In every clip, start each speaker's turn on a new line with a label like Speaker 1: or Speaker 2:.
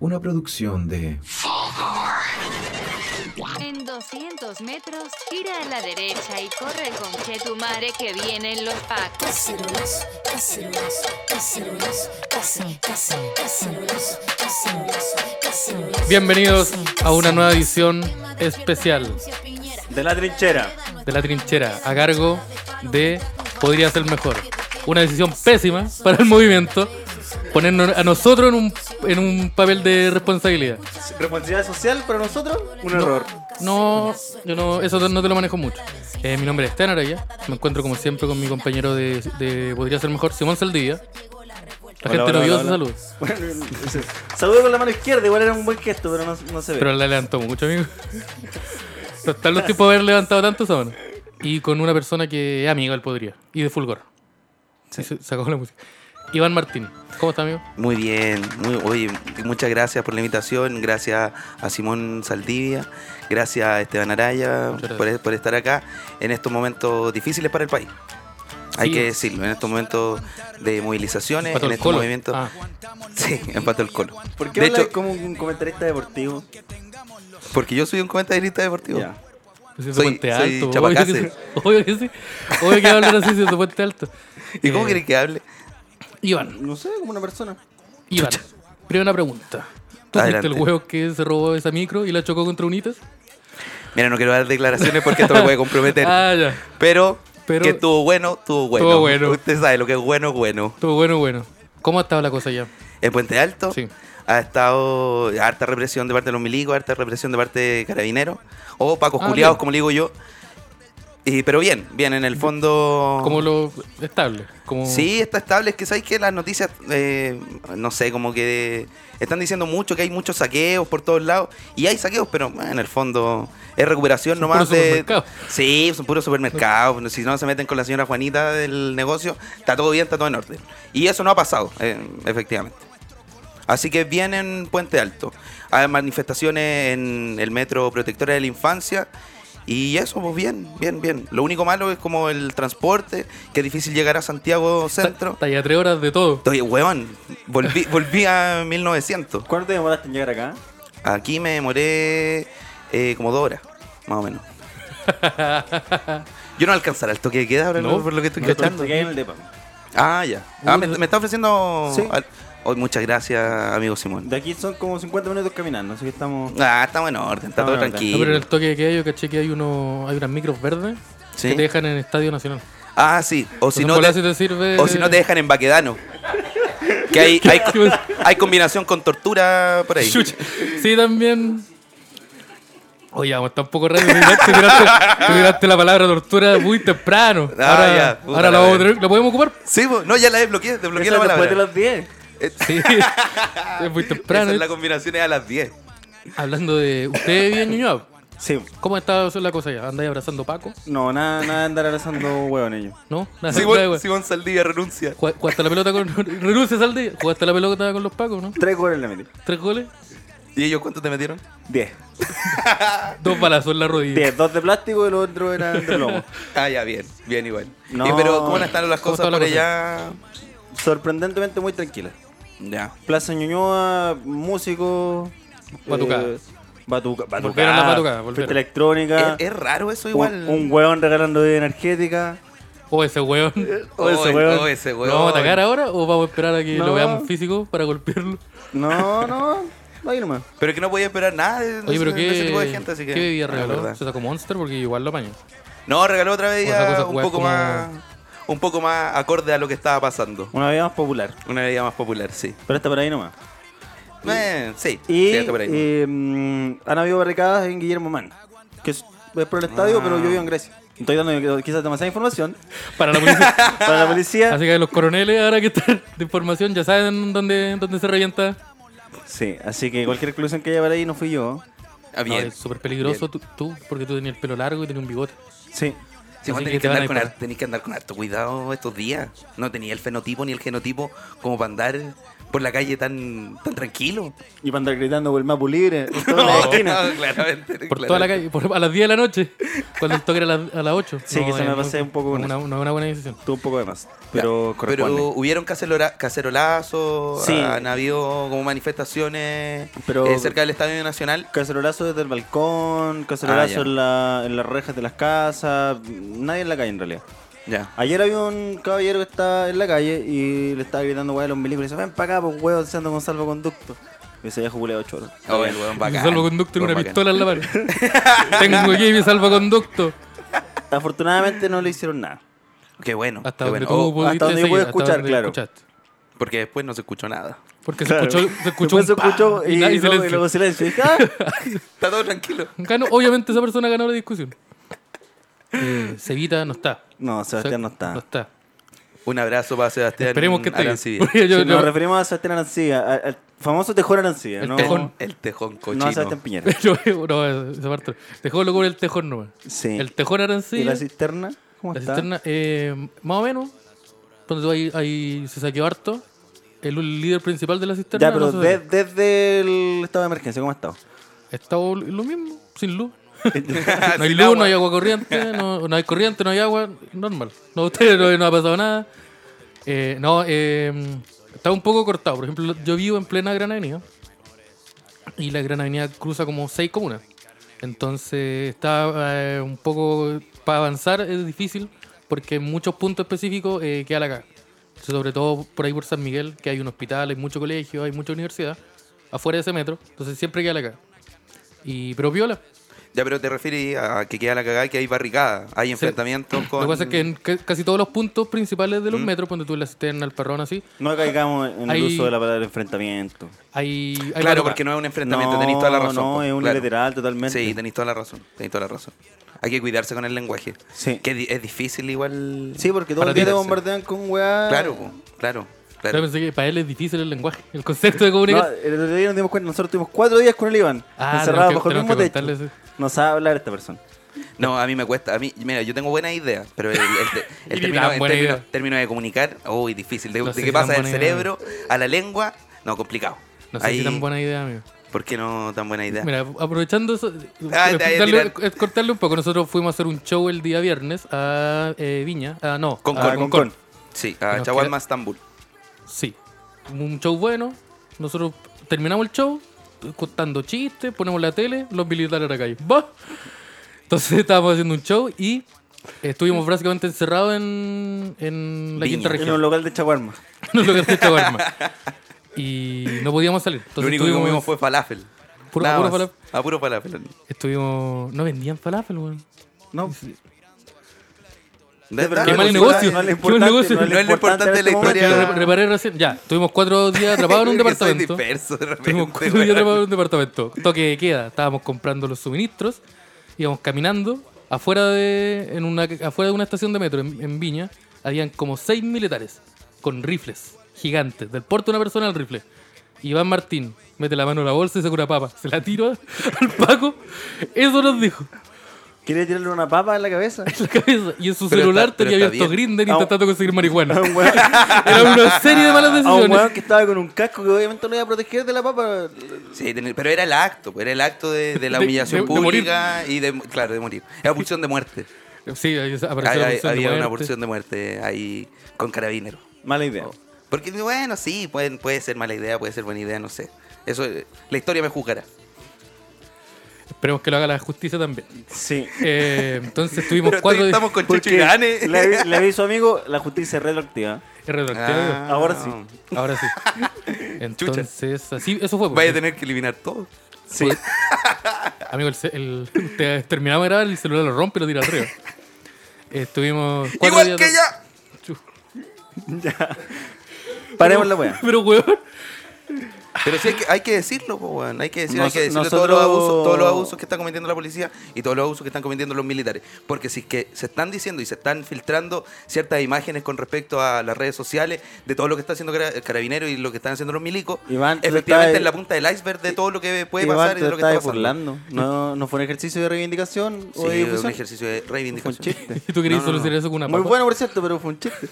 Speaker 1: Una producción de
Speaker 2: En 200 metros, gira a la derecha y corre con Chetumare que vienen los pacos.
Speaker 3: Cacerolas, cacerolas, cacerolas, case, case, cacerolas, cacerolas, cacerolas.
Speaker 4: Bienvenidos a una nueva edición especial
Speaker 5: De la trinchera.
Speaker 4: de La Trinchera a cargo de Podría ser mejor. Una decisión pésima para el movimiento, ponernos a nosotros en un, en un papel de responsabilidad.
Speaker 5: Responsabilidad social para nosotros, un error.
Speaker 4: No, yo no, eso no te lo manejo mucho. Eh, mi nombre es Esteban Araya, me encuentro como siempre con mi compañero de, de Podría ser mejor, Simón Saldivia. La
Speaker 5: Hola,
Speaker 4: gente
Speaker 5: hola,
Speaker 4: no vio
Speaker 5: hola,
Speaker 4: su
Speaker 5: hola.
Speaker 4: salud,
Speaker 5: Bueno, ese- saludo con la mano izquierda, igual era un buen gesto, pero no, no se ve.
Speaker 4: pero la levantó mucho, amigo. No están los tipos de haber levantado tanto esa mano. Y con una persona que es amiga del Podría y de Fulgor. Y se- se acabó la música. Iván Martín, ¿cómo está, amigo?
Speaker 6: Muy bien, muy, oye, muchas gracias por la invitación, gracias a Simón Saldivia, gracias a Esteban Araya
Speaker 4: Muchas
Speaker 6: por, por estar acá en estos momentos difíciles para el país. Hay
Speaker 4: Sí.
Speaker 6: que decirlo, en estos momentos de movilizaciones,
Speaker 4: Pato el
Speaker 6: en este estos
Speaker 4: Colo.
Speaker 6: movimientos.
Speaker 4: Ah,
Speaker 6: Sí, empató el colo.
Speaker 5: ¿Por qué
Speaker 6: de
Speaker 5: hablas
Speaker 6: hecho,
Speaker 5: como un comentarista deportivo?
Speaker 6: porque yo soy un comentarista deportivo.
Speaker 5: Ya.
Speaker 4: si es de
Speaker 6: Soy-
Speaker 4: Puente
Speaker 6: soy
Speaker 4: pues Alto. obvio, que,
Speaker 6: chapacase.
Speaker 4: sí, obvio que sí. Obvio que va a hablar así si es de Puente Alto.
Speaker 6: ¿Y cómo
Speaker 4: Eh,
Speaker 6: querés que hable?
Speaker 4: Iván,
Speaker 5: No sé, como una persona.
Speaker 4: Iván, primera pregunta. ¿Tú fuiste el
Speaker 6: Adelante.
Speaker 4: huevo que se robó esa micro y la chocó contra un ITES?
Speaker 6: Mira, no quiero dar declaraciones porque esto me puede comprometer.
Speaker 4: Ah, ya.
Speaker 6: pero,
Speaker 4: pero-
Speaker 6: que estuvo bueno, estuvo bueno.
Speaker 4: Estuvo bueno.
Speaker 6: Usted sabe lo que es bueno, bueno.
Speaker 4: Todo bueno, bueno. ¿Cómo ha estado la cosa ya?
Speaker 6: En Puente Alto
Speaker 4: Sí.
Speaker 6: ha estado harta represión de parte de los milicos, harta represión de parte de carabineros, o pacos
Speaker 4: Ah,
Speaker 6: culiados,
Speaker 4: bien.
Speaker 6: como le digo yo. Y, pero bien, bien, en el fondo...
Speaker 4: Como lo estable. Como...
Speaker 6: Sí, está estable. Es que sabéis que las noticias, eh, no sé, como que están diciendo mucho que hay muchos saqueos por todos lados. Y hay saqueos, pero bueno, en el fondo es recuperación
Speaker 4: Son
Speaker 6: nomás
Speaker 4: puros
Speaker 6: de.
Speaker 4: supermercados.
Speaker 6: Sí, son puros supermercados. Si no se meten con la señora Juanita del negocio, está todo bien, está todo en orden. Y eso no ha pasado, eh, efectivamente. Así que vienen en Puente Alto. Hay manifestaciones en el metro Protectora de la Infancia. Y eso, pues bien, bien, bien. Lo único malo es como el transporte, que es difícil llegar a Santiago
Speaker 4: Está-
Speaker 6: Centro.
Speaker 4: Está ya tres horas de todo.
Speaker 6: Estoy, weón, volví, volví a 1900.
Speaker 5: ¿Cuánto te demoraste en llegar acá?
Speaker 6: Aquí me demoré eh, como dos horas, más o menos. Yo no alcanzaré el toque de queda ahora,
Speaker 4: No,
Speaker 6: ¿no? por lo que estoy
Speaker 4: no,
Speaker 5: Te
Speaker 6: cachando.
Speaker 5: quedé en el depa.
Speaker 6: Ah, ya. Ah, me, me está ofreciendo...
Speaker 5: Sí.
Speaker 6: al- oh, muchas gracias, amigo Simón.
Speaker 5: De aquí son como 50 minutos caminando, así que estamos...
Speaker 6: Ah, estamos en orden, está
Speaker 5: Estamos
Speaker 6: todo
Speaker 5: en orden.
Speaker 4: No, pero en
Speaker 6: tranquilo.
Speaker 4: el toque de queda yo caché que hay, uno, hay unas micros verdes
Speaker 6: ¿Sí?
Speaker 4: que te dejan en el Estadio Nacional.
Speaker 6: Ah, sí. O si
Speaker 4: Entonces,
Speaker 6: no
Speaker 4: por
Speaker 6: te-
Speaker 4: ahí si te sirve-
Speaker 6: O si no te dejan en Baquedano. Que hay, hay, hay combinación con tortura por ahí.
Speaker 4: Chucha. Sí, también. Oye, vamos, está un poco raro. Te tiraste, te tiraste la palabra tortura muy temprano.
Speaker 6: Ah,
Speaker 4: ahora
Speaker 6: ya, puta
Speaker 4: ahora la,
Speaker 6: la
Speaker 4: vamos a
Speaker 6: verga.
Speaker 4: tener- ¿la podemos ocupar.
Speaker 6: Sí, po. no, ya la desbloqueé, desbloqueé
Speaker 5: Esa
Speaker 6: la
Speaker 5: después
Speaker 6: palabra.
Speaker 5: de las 10.
Speaker 4: Sí. es muy temprano. eh.
Speaker 6: Esa es la combinación es a las 10.
Speaker 4: Hablando de. ¿Usted bien, Ñuñoa?
Speaker 5: Sí.
Speaker 4: ¿Cómo está la cosa ya? ¿Andáis abrazando a Paco?
Speaker 5: No, nada, nada de andar abrazando huevos en ellos.
Speaker 4: ¿No? Nada, nada,
Speaker 6: Simón,
Speaker 4: güey.
Speaker 6: Simón Saldivia renuncia.
Speaker 4: Jue- ¿Jugaste la pelota con. Renuncias al día. ¿Jugaste la pelota con los Pacos, no?
Speaker 5: Tres goles le metí.
Speaker 4: ¿Tres goles?
Speaker 6: ¿Y ellos cuánto te metieron?
Speaker 5: 10.
Speaker 4: Dos balazos en la rodilla.
Speaker 5: 10. Dos de plástico y los otros eran de plomo.
Speaker 6: Ah, ya, bien, bien igual.
Speaker 5: No.
Speaker 6: Y, pero ¿cómo están las
Speaker 4: ¿Cómo
Speaker 6: cosas
Speaker 4: está la
Speaker 6: por
Speaker 4: cosa?
Speaker 6: allá?
Speaker 5: Sorprendentemente muy tranquila.
Speaker 6: Ya.
Speaker 5: Plaza Ñuñoa, músico.
Speaker 4: Batucada.
Speaker 5: eh, batuca, batucada.
Speaker 4: Volvieron las batucadas, volvieron.
Speaker 5: fiesta electrónica.
Speaker 6: Es, es raro eso
Speaker 5: un-
Speaker 6: Eh, igual.
Speaker 5: Un, hueón regalando de energética.
Speaker 4: O ese weón.
Speaker 6: Oh,
Speaker 5: ese
Speaker 6: ese
Speaker 5: weón.
Speaker 6: weón. Oh, ese
Speaker 4: ¿Lo vamos a atacar ahora o vamos a esperar a que
Speaker 5: No.
Speaker 4: lo veamos físico para golpearlo?
Speaker 5: No, no. Ahí nomás.
Speaker 6: Pero que no podía esperar nada de, de
Speaker 4: Oye, pero
Speaker 6: ese-
Speaker 4: qué,
Speaker 6: de ese tipo de gente, así que.
Speaker 4: ¿qué bebida
Speaker 6: Ah,
Speaker 4: regaló?
Speaker 6: verdad.
Speaker 4: ¿Se sacó Monster? Porque igual lo apaño.
Speaker 6: No, regaló otra
Speaker 4: O sea,
Speaker 6: bebida
Speaker 4: cosas
Speaker 6: un
Speaker 4: weas
Speaker 6: poco
Speaker 4: como-
Speaker 6: más. Un poco más acorde a lo que estaba pasando.
Speaker 5: Una vida más popular.
Speaker 6: Una bebida más popular, sí.
Speaker 5: Pero está por ahí nomás.
Speaker 6: Eh, sí,
Speaker 5: Y
Speaker 6: sí, está por ahí.
Speaker 5: eh, mm, han habido barricadas en Guillermo Man. Que es, es por el estadio, pero yo vivo en Grecia. Estoy dando quizás demasiada información
Speaker 4: Para la policía.
Speaker 5: para la policía.
Speaker 4: Así que los coroneles, ahora que están de información, ya saben dónde, dónde se revienta.
Speaker 5: Sí, así que cualquier exclusión que haya por ahí no fui yo.
Speaker 6: Ah,
Speaker 4: No,
Speaker 6: bien.
Speaker 4: es súper peligroso tú, tú, porque tú tenías el pelo largo y tenías un bigote.
Speaker 5: Sí.
Speaker 6: Sí, vos
Speaker 4: Así que te
Speaker 6: tenés que,
Speaker 4: van a
Speaker 6: andar con
Speaker 4: disparar.
Speaker 6: har- tenés que andar con harto cuidado estos días. No tenía el fenotipo ni el genotipo como para andar por la calle tan, tan tranquilo.
Speaker 5: Y para andar gritando por el Mapu libre. en toda la esquina.
Speaker 6: No, claramente.
Speaker 4: Por toda la calle, por- a las 10 de la noche, cuando el toque era a las, a las 8.
Speaker 5: Sí, que se me
Speaker 4: es
Speaker 5: pasé
Speaker 4: muy-
Speaker 5: un poco con
Speaker 4: una, una, una buena decisión.
Speaker 5: Tuvo un poco de más. Pero
Speaker 6: Ya,
Speaker 5: corresponde.
Speaker 6: pero hubieron cacerola- cacerolazos,
Speaker 5: Sí.
Speaker 6: han habido como manifestaciones
Speaker 5: Pero-
Speaker 6: eh, cerca del Estadio Nacional.
Speaker 5: Cacerolazo desde el balcón, cacerolazo
Speaker 6: Ah, ya.
Speaker 5: en, la- en las rejas de las casas, nadie en la calle en realidad.
Speaker 6: Ya.
Speaker 5: Ayer había un caballero que estaba en la calle y le estaba gritando weá a los milicos y le dice, ven para acá, pues weón, se anda con salvoconducto. Y se había jubilado ocho horas.
Speaker 6: Oh, el weón
Speaker 4: Un
Speaker 6: bacán.
Speaker 4: salvoconducto en
Speaker 6: Weón
Speaker 4: una
Speaker 6: bacán.
Speaker 4: pistola en la mano. Tengo aquí mi salvoconducto.
Speaker 5: Afortunadamente no le hicieron nada.
Speaker 6: Qué bueno.
Speaker 4: Hasta
Speaker 6: qué
Speaker 4: donde pues.
Speaker 6: bueno.
Speaker 4: tú
Speaker 6: Oh,
Speaker 4: pudiste
Speaker 5: hasta donde yo
Speaker 4: seguir,
Speaker 5: pude
Speaker 4: hasta
Speaker 5: escuchar,
Speaker 4: donde
Speaker 5: claro.
Speaker 4: escuchaste.
Speaker 6: porque después no se escuchó nada.
Speaker 4: Porque
Speaker 5: Claro.
Speaker 4: se escuchó, se escuchó,
Speaker 5: Después
Speaker 4: un
Speaker 5: se
Speaker 4: pa,
Speaker 5: escuchó y,
Speaker 4: y, nada, y
Speaker 5: y luego- y
Speaker 4: silencio.
Speaker 5: luego silencio. Y dije, "Ah".
Speaker 6: Está todo tranquilo.
Speaker 4: Ganó- obviamente esa persona ganó la discusión. Eh, Cevita no está.
Speaker 5: No, Sebastián no
Speaker 4: No
Speaker 5: está.
Speaker 4: está.
Speaker 6: Un abrazo para Sebastián.
Speaker 4: Esperemos que esté bien.
Speaker 6: Arancibia.
Speaker 4: Porque yo- yo-
Speaker 5: Si nos referimos a Sebastián Arancía, a- al famoso tejón Arancía,
Speaker 4: El
Speaker 5: no,
Speaker 4: tejón.
Speaker 6: El tejón
Speaker 5: no
Speaker 6: cochino.
Speaker 5: a Sebastián Piñera.
Speaker 4: yo- no, esa parte. Dejó loco el tejón nomás.
Speaker 5: Sí.
Speaker 4: El tejón
Speaker 5: ¿Y
Speaker 4: arancillo.
Speaker 5: la cisterna? ¿Cómo
Speaker 4: La
Speaker 5: está?
Speaker 4: cisterna, eh, más o menos. Ponte tú, ahí, ahí se saqueó harto. El líder principal de la cisterna.
Speaker 5: ya, pero
Speaker 4: no se
Speaker 5: de- desde el estado de emergencia, ¿cómo ha estado?
Speaker 4: Está lo mismo, sin luz. No hay
Speaker 6: Sin
Speaker 4: luz,
Speaker 6: agua.
Speaker 4: no hay agua corriente, no, no hay corriente, no hay agua, normal. No, usted no, no ha pasado nada. Eh, no, eh, está un poco cortado. Por ejemplo, yo vivo en plena Gran Avenida y la Gran Avenida cruza como seis comunas. Entonces está eh, un poco para avanzar es difícil porque en muchos puntos específicos eh, queda la caga. Entonces, Sobre todo por ahí por San Miguel, que hay un hospital, hay mucho colegio, hay mucha universidad afuera de ese metro. Entonces siempre queda la caga. Y pero viola.
Speaker 6: Ya, pero te refieres a que queda la cagada y que hay barricada. Hay enfrentamientos con. Mm.
Speaker 4: Lo que pasa es que en ca- casi todos los puntos principales de los metros, cuando tú en la cisterna, el perrón, así,
Speaker 5: No caigamos en el
Speaker 4: Hay-
Speaker 5: uso de la palabra enfrentamiento.
Speaker 4: hay. hay
Speaker 6: Claro,
Speaker 4: barroca.
Speaker 6: porque no es un enfrentamiento, tenéis toda la razón.
Speaker 5: No,
Speaker 6: po,
Speaker 5: es
Speaker 6: claro.
Speaker 5: unilateral totalmente.
Speaker 6: Sí, tenéis toda la razón. Tenéis toda la razón. Hay que cuidarse con el lenguaje.
Speaker 5: Sí.
Speaker 6: Que di- es difícil igual.
Speaker 5: Sí, porque todo
Speaker 4: Para
Speaker 5: el día
Speaker 4: ti.
Speaker 5: te bombardean con weá.
Speaker 6: Claro, po, claro,
Speaker 4: Yo
Speaker 6: claro.
Speaker 4: pensé que para él es difícil el lenguaje, el concepto de
Speaker 5: No,
Speaker 4: comunicación.
Speaker 5: el otro día nos dimos cuenta, nosotros tuvimos cuatro días con el Iván,
Speaker 4: Ah,
Speaker 5: encerrado
Speaker 4: tenemos
Speaker 5: bajo
Speaker 4: que-
Speaker 5: el mismo
Speaker 4: tenemos que
Speaker 5: techo.
Speaker 4: contarles Ah,
Speaker 5: No sabe hablar esta persona.
Speaker 6: No, a mí me cuesta. A mí, mira, yo tengo buenas ideas, pero el, el- el
Speaker 4: Y
Speaker 6: término,
Speaker 4: tan
Speaker 6: el
Speaker 4: buena
Speaker 6: término-
Speaker 4: idea.
Speaker 6: término de comunicar, uy, difícil. De,
Speaker 4: No
Speaker 6: de
Speaker 4: sé
Speaker 6: qué
Speaker 4: si
Speaker 6: pasa
Speaker 4: tan
Speaker 6: del
Speaker 4: buena idea.
Speaker 6: cerebro a la lengua, no, complicado.
Speaker 4: No sé
Speaker 6: Ahí-
Speaker 4: si tan buena idea, amigo.
Speaker 6: ¿Por qué no tan buena idea?
Speaker 4: Mira, aprovechando eso,
Speaker 6: Ah,
Speaker 4: darle-
Speaker 6: te voy a tirar.
Speaker 4: es cortarle un poco. Nosotros fuimos a hacer un show el día viernes a eh, Viña. Ah, no.
Speaker 6: Con-
Speaker 4: a
Speaker 6: con-
Speaker 5: con-
Speaker 4: Concón.
Speaker 6: Sí, a
Speaker 4: Nos
Speaker 6: Chagualma,
Speaker 4: queda-
Speaker 6: Estambul.
Speaker 4: Sí. Un show bueno. Nosotros terminamos el show contando chistes, ponemos la tele, los militares a la calle. ¡Bah! Entonces estábamos haciendo un show y estuvimos básicamente encerrados en, en la
Speaker 6: Viña.
Speaker 4: quinta
Speaker 5: En
Speaker 4: región.
Speaker 5: un local de Chaguarma.
Speaker 4: No lo que Chaguarma. Y no podíamos salir. Entonces
Speaker 6: Lo único que
Speaker 4: estuvimos-
Speaker 6: comimos fue falafel.
Speaker 4: Puro-
Speaker 6: Nada
Speaker 4: puro
Speaker 6: más.
Speaker 4: falafel.
Speaker 6: A puro falafel.
Speaker 4: Estuvimos. No vendían falafel, weón.
Speaker 5: No,
Speaker 6: De
Speaker 5: Es verdad,
Speaker 6: verdad,
Speaker 4: Qué mal
Speaker 6: no,
Speaker 4: negocio.
Speaker 5: No es lo
Speaker 4: Qué mal
Speaker 5: importante,
Speaker 4: negocio.
Speaker 5: no es
Speaker 6: No
Speaker 5: lo
Speaker 6: es lo
Speaker 5: importante
Speaker 6: importante de la
Speaker 5: en este
Speaker 6: historia.
Speaker 4: Yo
Speaker 5: momento.
Speaker 4: lo re- reparé recién. Ya, estuvimos cuatro días atrapados en un
Speaker 6: que soy
Speaker 4: departamento.
Speaker 6: disperso de
Speaker 4: Estuvimos
Speaker 6: repente,
Speaker 4: cuatro días
Speaker 6: weón.
Speaker 4: atrapados en un departamento. Toque de queda. Estábamos comprando los suministros. Íbamos caminando. Afuera de, en una, afuera de una estación de metro en, en Viña, habían como seis militares con rifles gigantes. Del porte de una persona al rifle. Iván Martín mete la mano en la bolsa y saca una papa. Se la tiro al Paco. Eso nos dijo.
Speaker 5: ¿Quiere tirarle una papa en la cabeza?
Speaker 4: En la cabeza. Y en su
Speaker 6: Pero
Speaker 4: celular
Speaker 6: está- pero
Speaker 4: tenía
Speaker 6: está
Speaker 4: abierto
Speaker 6: bien. Ah,
Speaker 4: Grindr
Speaker 5: A un-
Speaker 4: intentando conseguir marihuana.
Speaker 5: A un weón-
Speaker 4: Era una serie de
Speaker 6: ah,
Speaker 4: malas
Speaker 5: a un
Speaker 4: decisiones.
Speaker 5: weón que estaba con un casco que obviamente no lo iba a proteger de la papa.
Speaker 6: Sí, ten- pero era el acto, era el acto de, de la
Speaker 4: De-
Speaker 6: humillación
Speaker 4: de- de
Speaker 6: pública y de, claro, de morir. Era pulsión de muerte.
Speaker 4: Sí, ahí se-
Speaker 6: Ahí-
Speaker 4: apareció
Speaker 6: ahí-
Speaker 4: la pulsión de
Speaker 6: había una
Speaker 4: muerte.
Speaker 6: pulsión de muerte ahí con carabineros.
Speaker 5: Mala idea.
Speaker 6: Porque, bueno, sí, pueden- puede, ser mala idea, puede ser buena idea, no sé. Eso, eh, la historia me juzgará.
Speaker 4: Esperemos que lo haga la justicia también.
Speaker 5: Sí.
Speaker 4: Eh, entonces estuvimos
Speaker 6: Pero estoy-
Speaker 4: cuatro días.
Speaker 6: estamos con Checho y
Speaker 5: Porque
Speaker 6: Gane.
Speaker 5: le, avi- le aviso, amigo, la justicia es retroactiva.
Speaker 4: Es retroactivo,
Speaker 6: Ah,
Speaker 5: Ahora sí.
Speaker 4: Ahora sí. Entonces, así, eso fue. pues.
Speaker 6: Vaya a tener que eliminar todo.
Speaker 5: Sí.
Speaker 4: Amigo, el, ce- el- te- terminamos de grabar, el celular lo rompe y lo tira al río. Eh, Estuvimos cuatro
Speaker 6: Igual
Speaker 4: días.
Speaker 6: que ya.
Speaker 4: Chu.
Speaker 5: Paremos la weá.
Speaker 4: Pero, weón.
Speaker 6: Pero sí hay que, hay que decirlo, po, weón. hay que decirlo, hay que decirlo
Speaker 5: Nos- nosotros-
Speaker 6: todos los abusos, todos los abusos que está cometiendo la policía y todos los abusos que están cometiendo los militares. Porque si es que se están diciendo y se están filtrando ciertas imágenes con respecto a las redes sociales de todo lo que está haciendo cara- el carabinero y lo que están haciendo los milicos,
Speaker 5: Iván, tú te
Speaker 6: efectivamente
Speaker 5: estás-
Speaker 6: es la punta del iceberg de todo lo que puede
Speaker 5: Iván,
Speaker 6: pasar y
Speaker 5: te
Speaker 6: de lo que
Speaker 5: estabas
Speaker 6: está pasando.
Speaker 5: burlando. No, no fue un ejercicio de reivindicación
Speaker 6: Sí,
Speaker 5: o de
Speaker 6: es un
Speaker 5: difusión.
Speaker 6: ejercicio de
Speaker 5: Fue un
Speaker 6: reivindicación.
Speaker 5: chiste.
Speaker 4: Y tú querías
Speaker 6: No, no, no.
Speaker 4: solucionar eso con una
Speaker 5: Muy
Speaker 4: papa.
Speaker 5: bueno, por cierto, pero fue un chiste.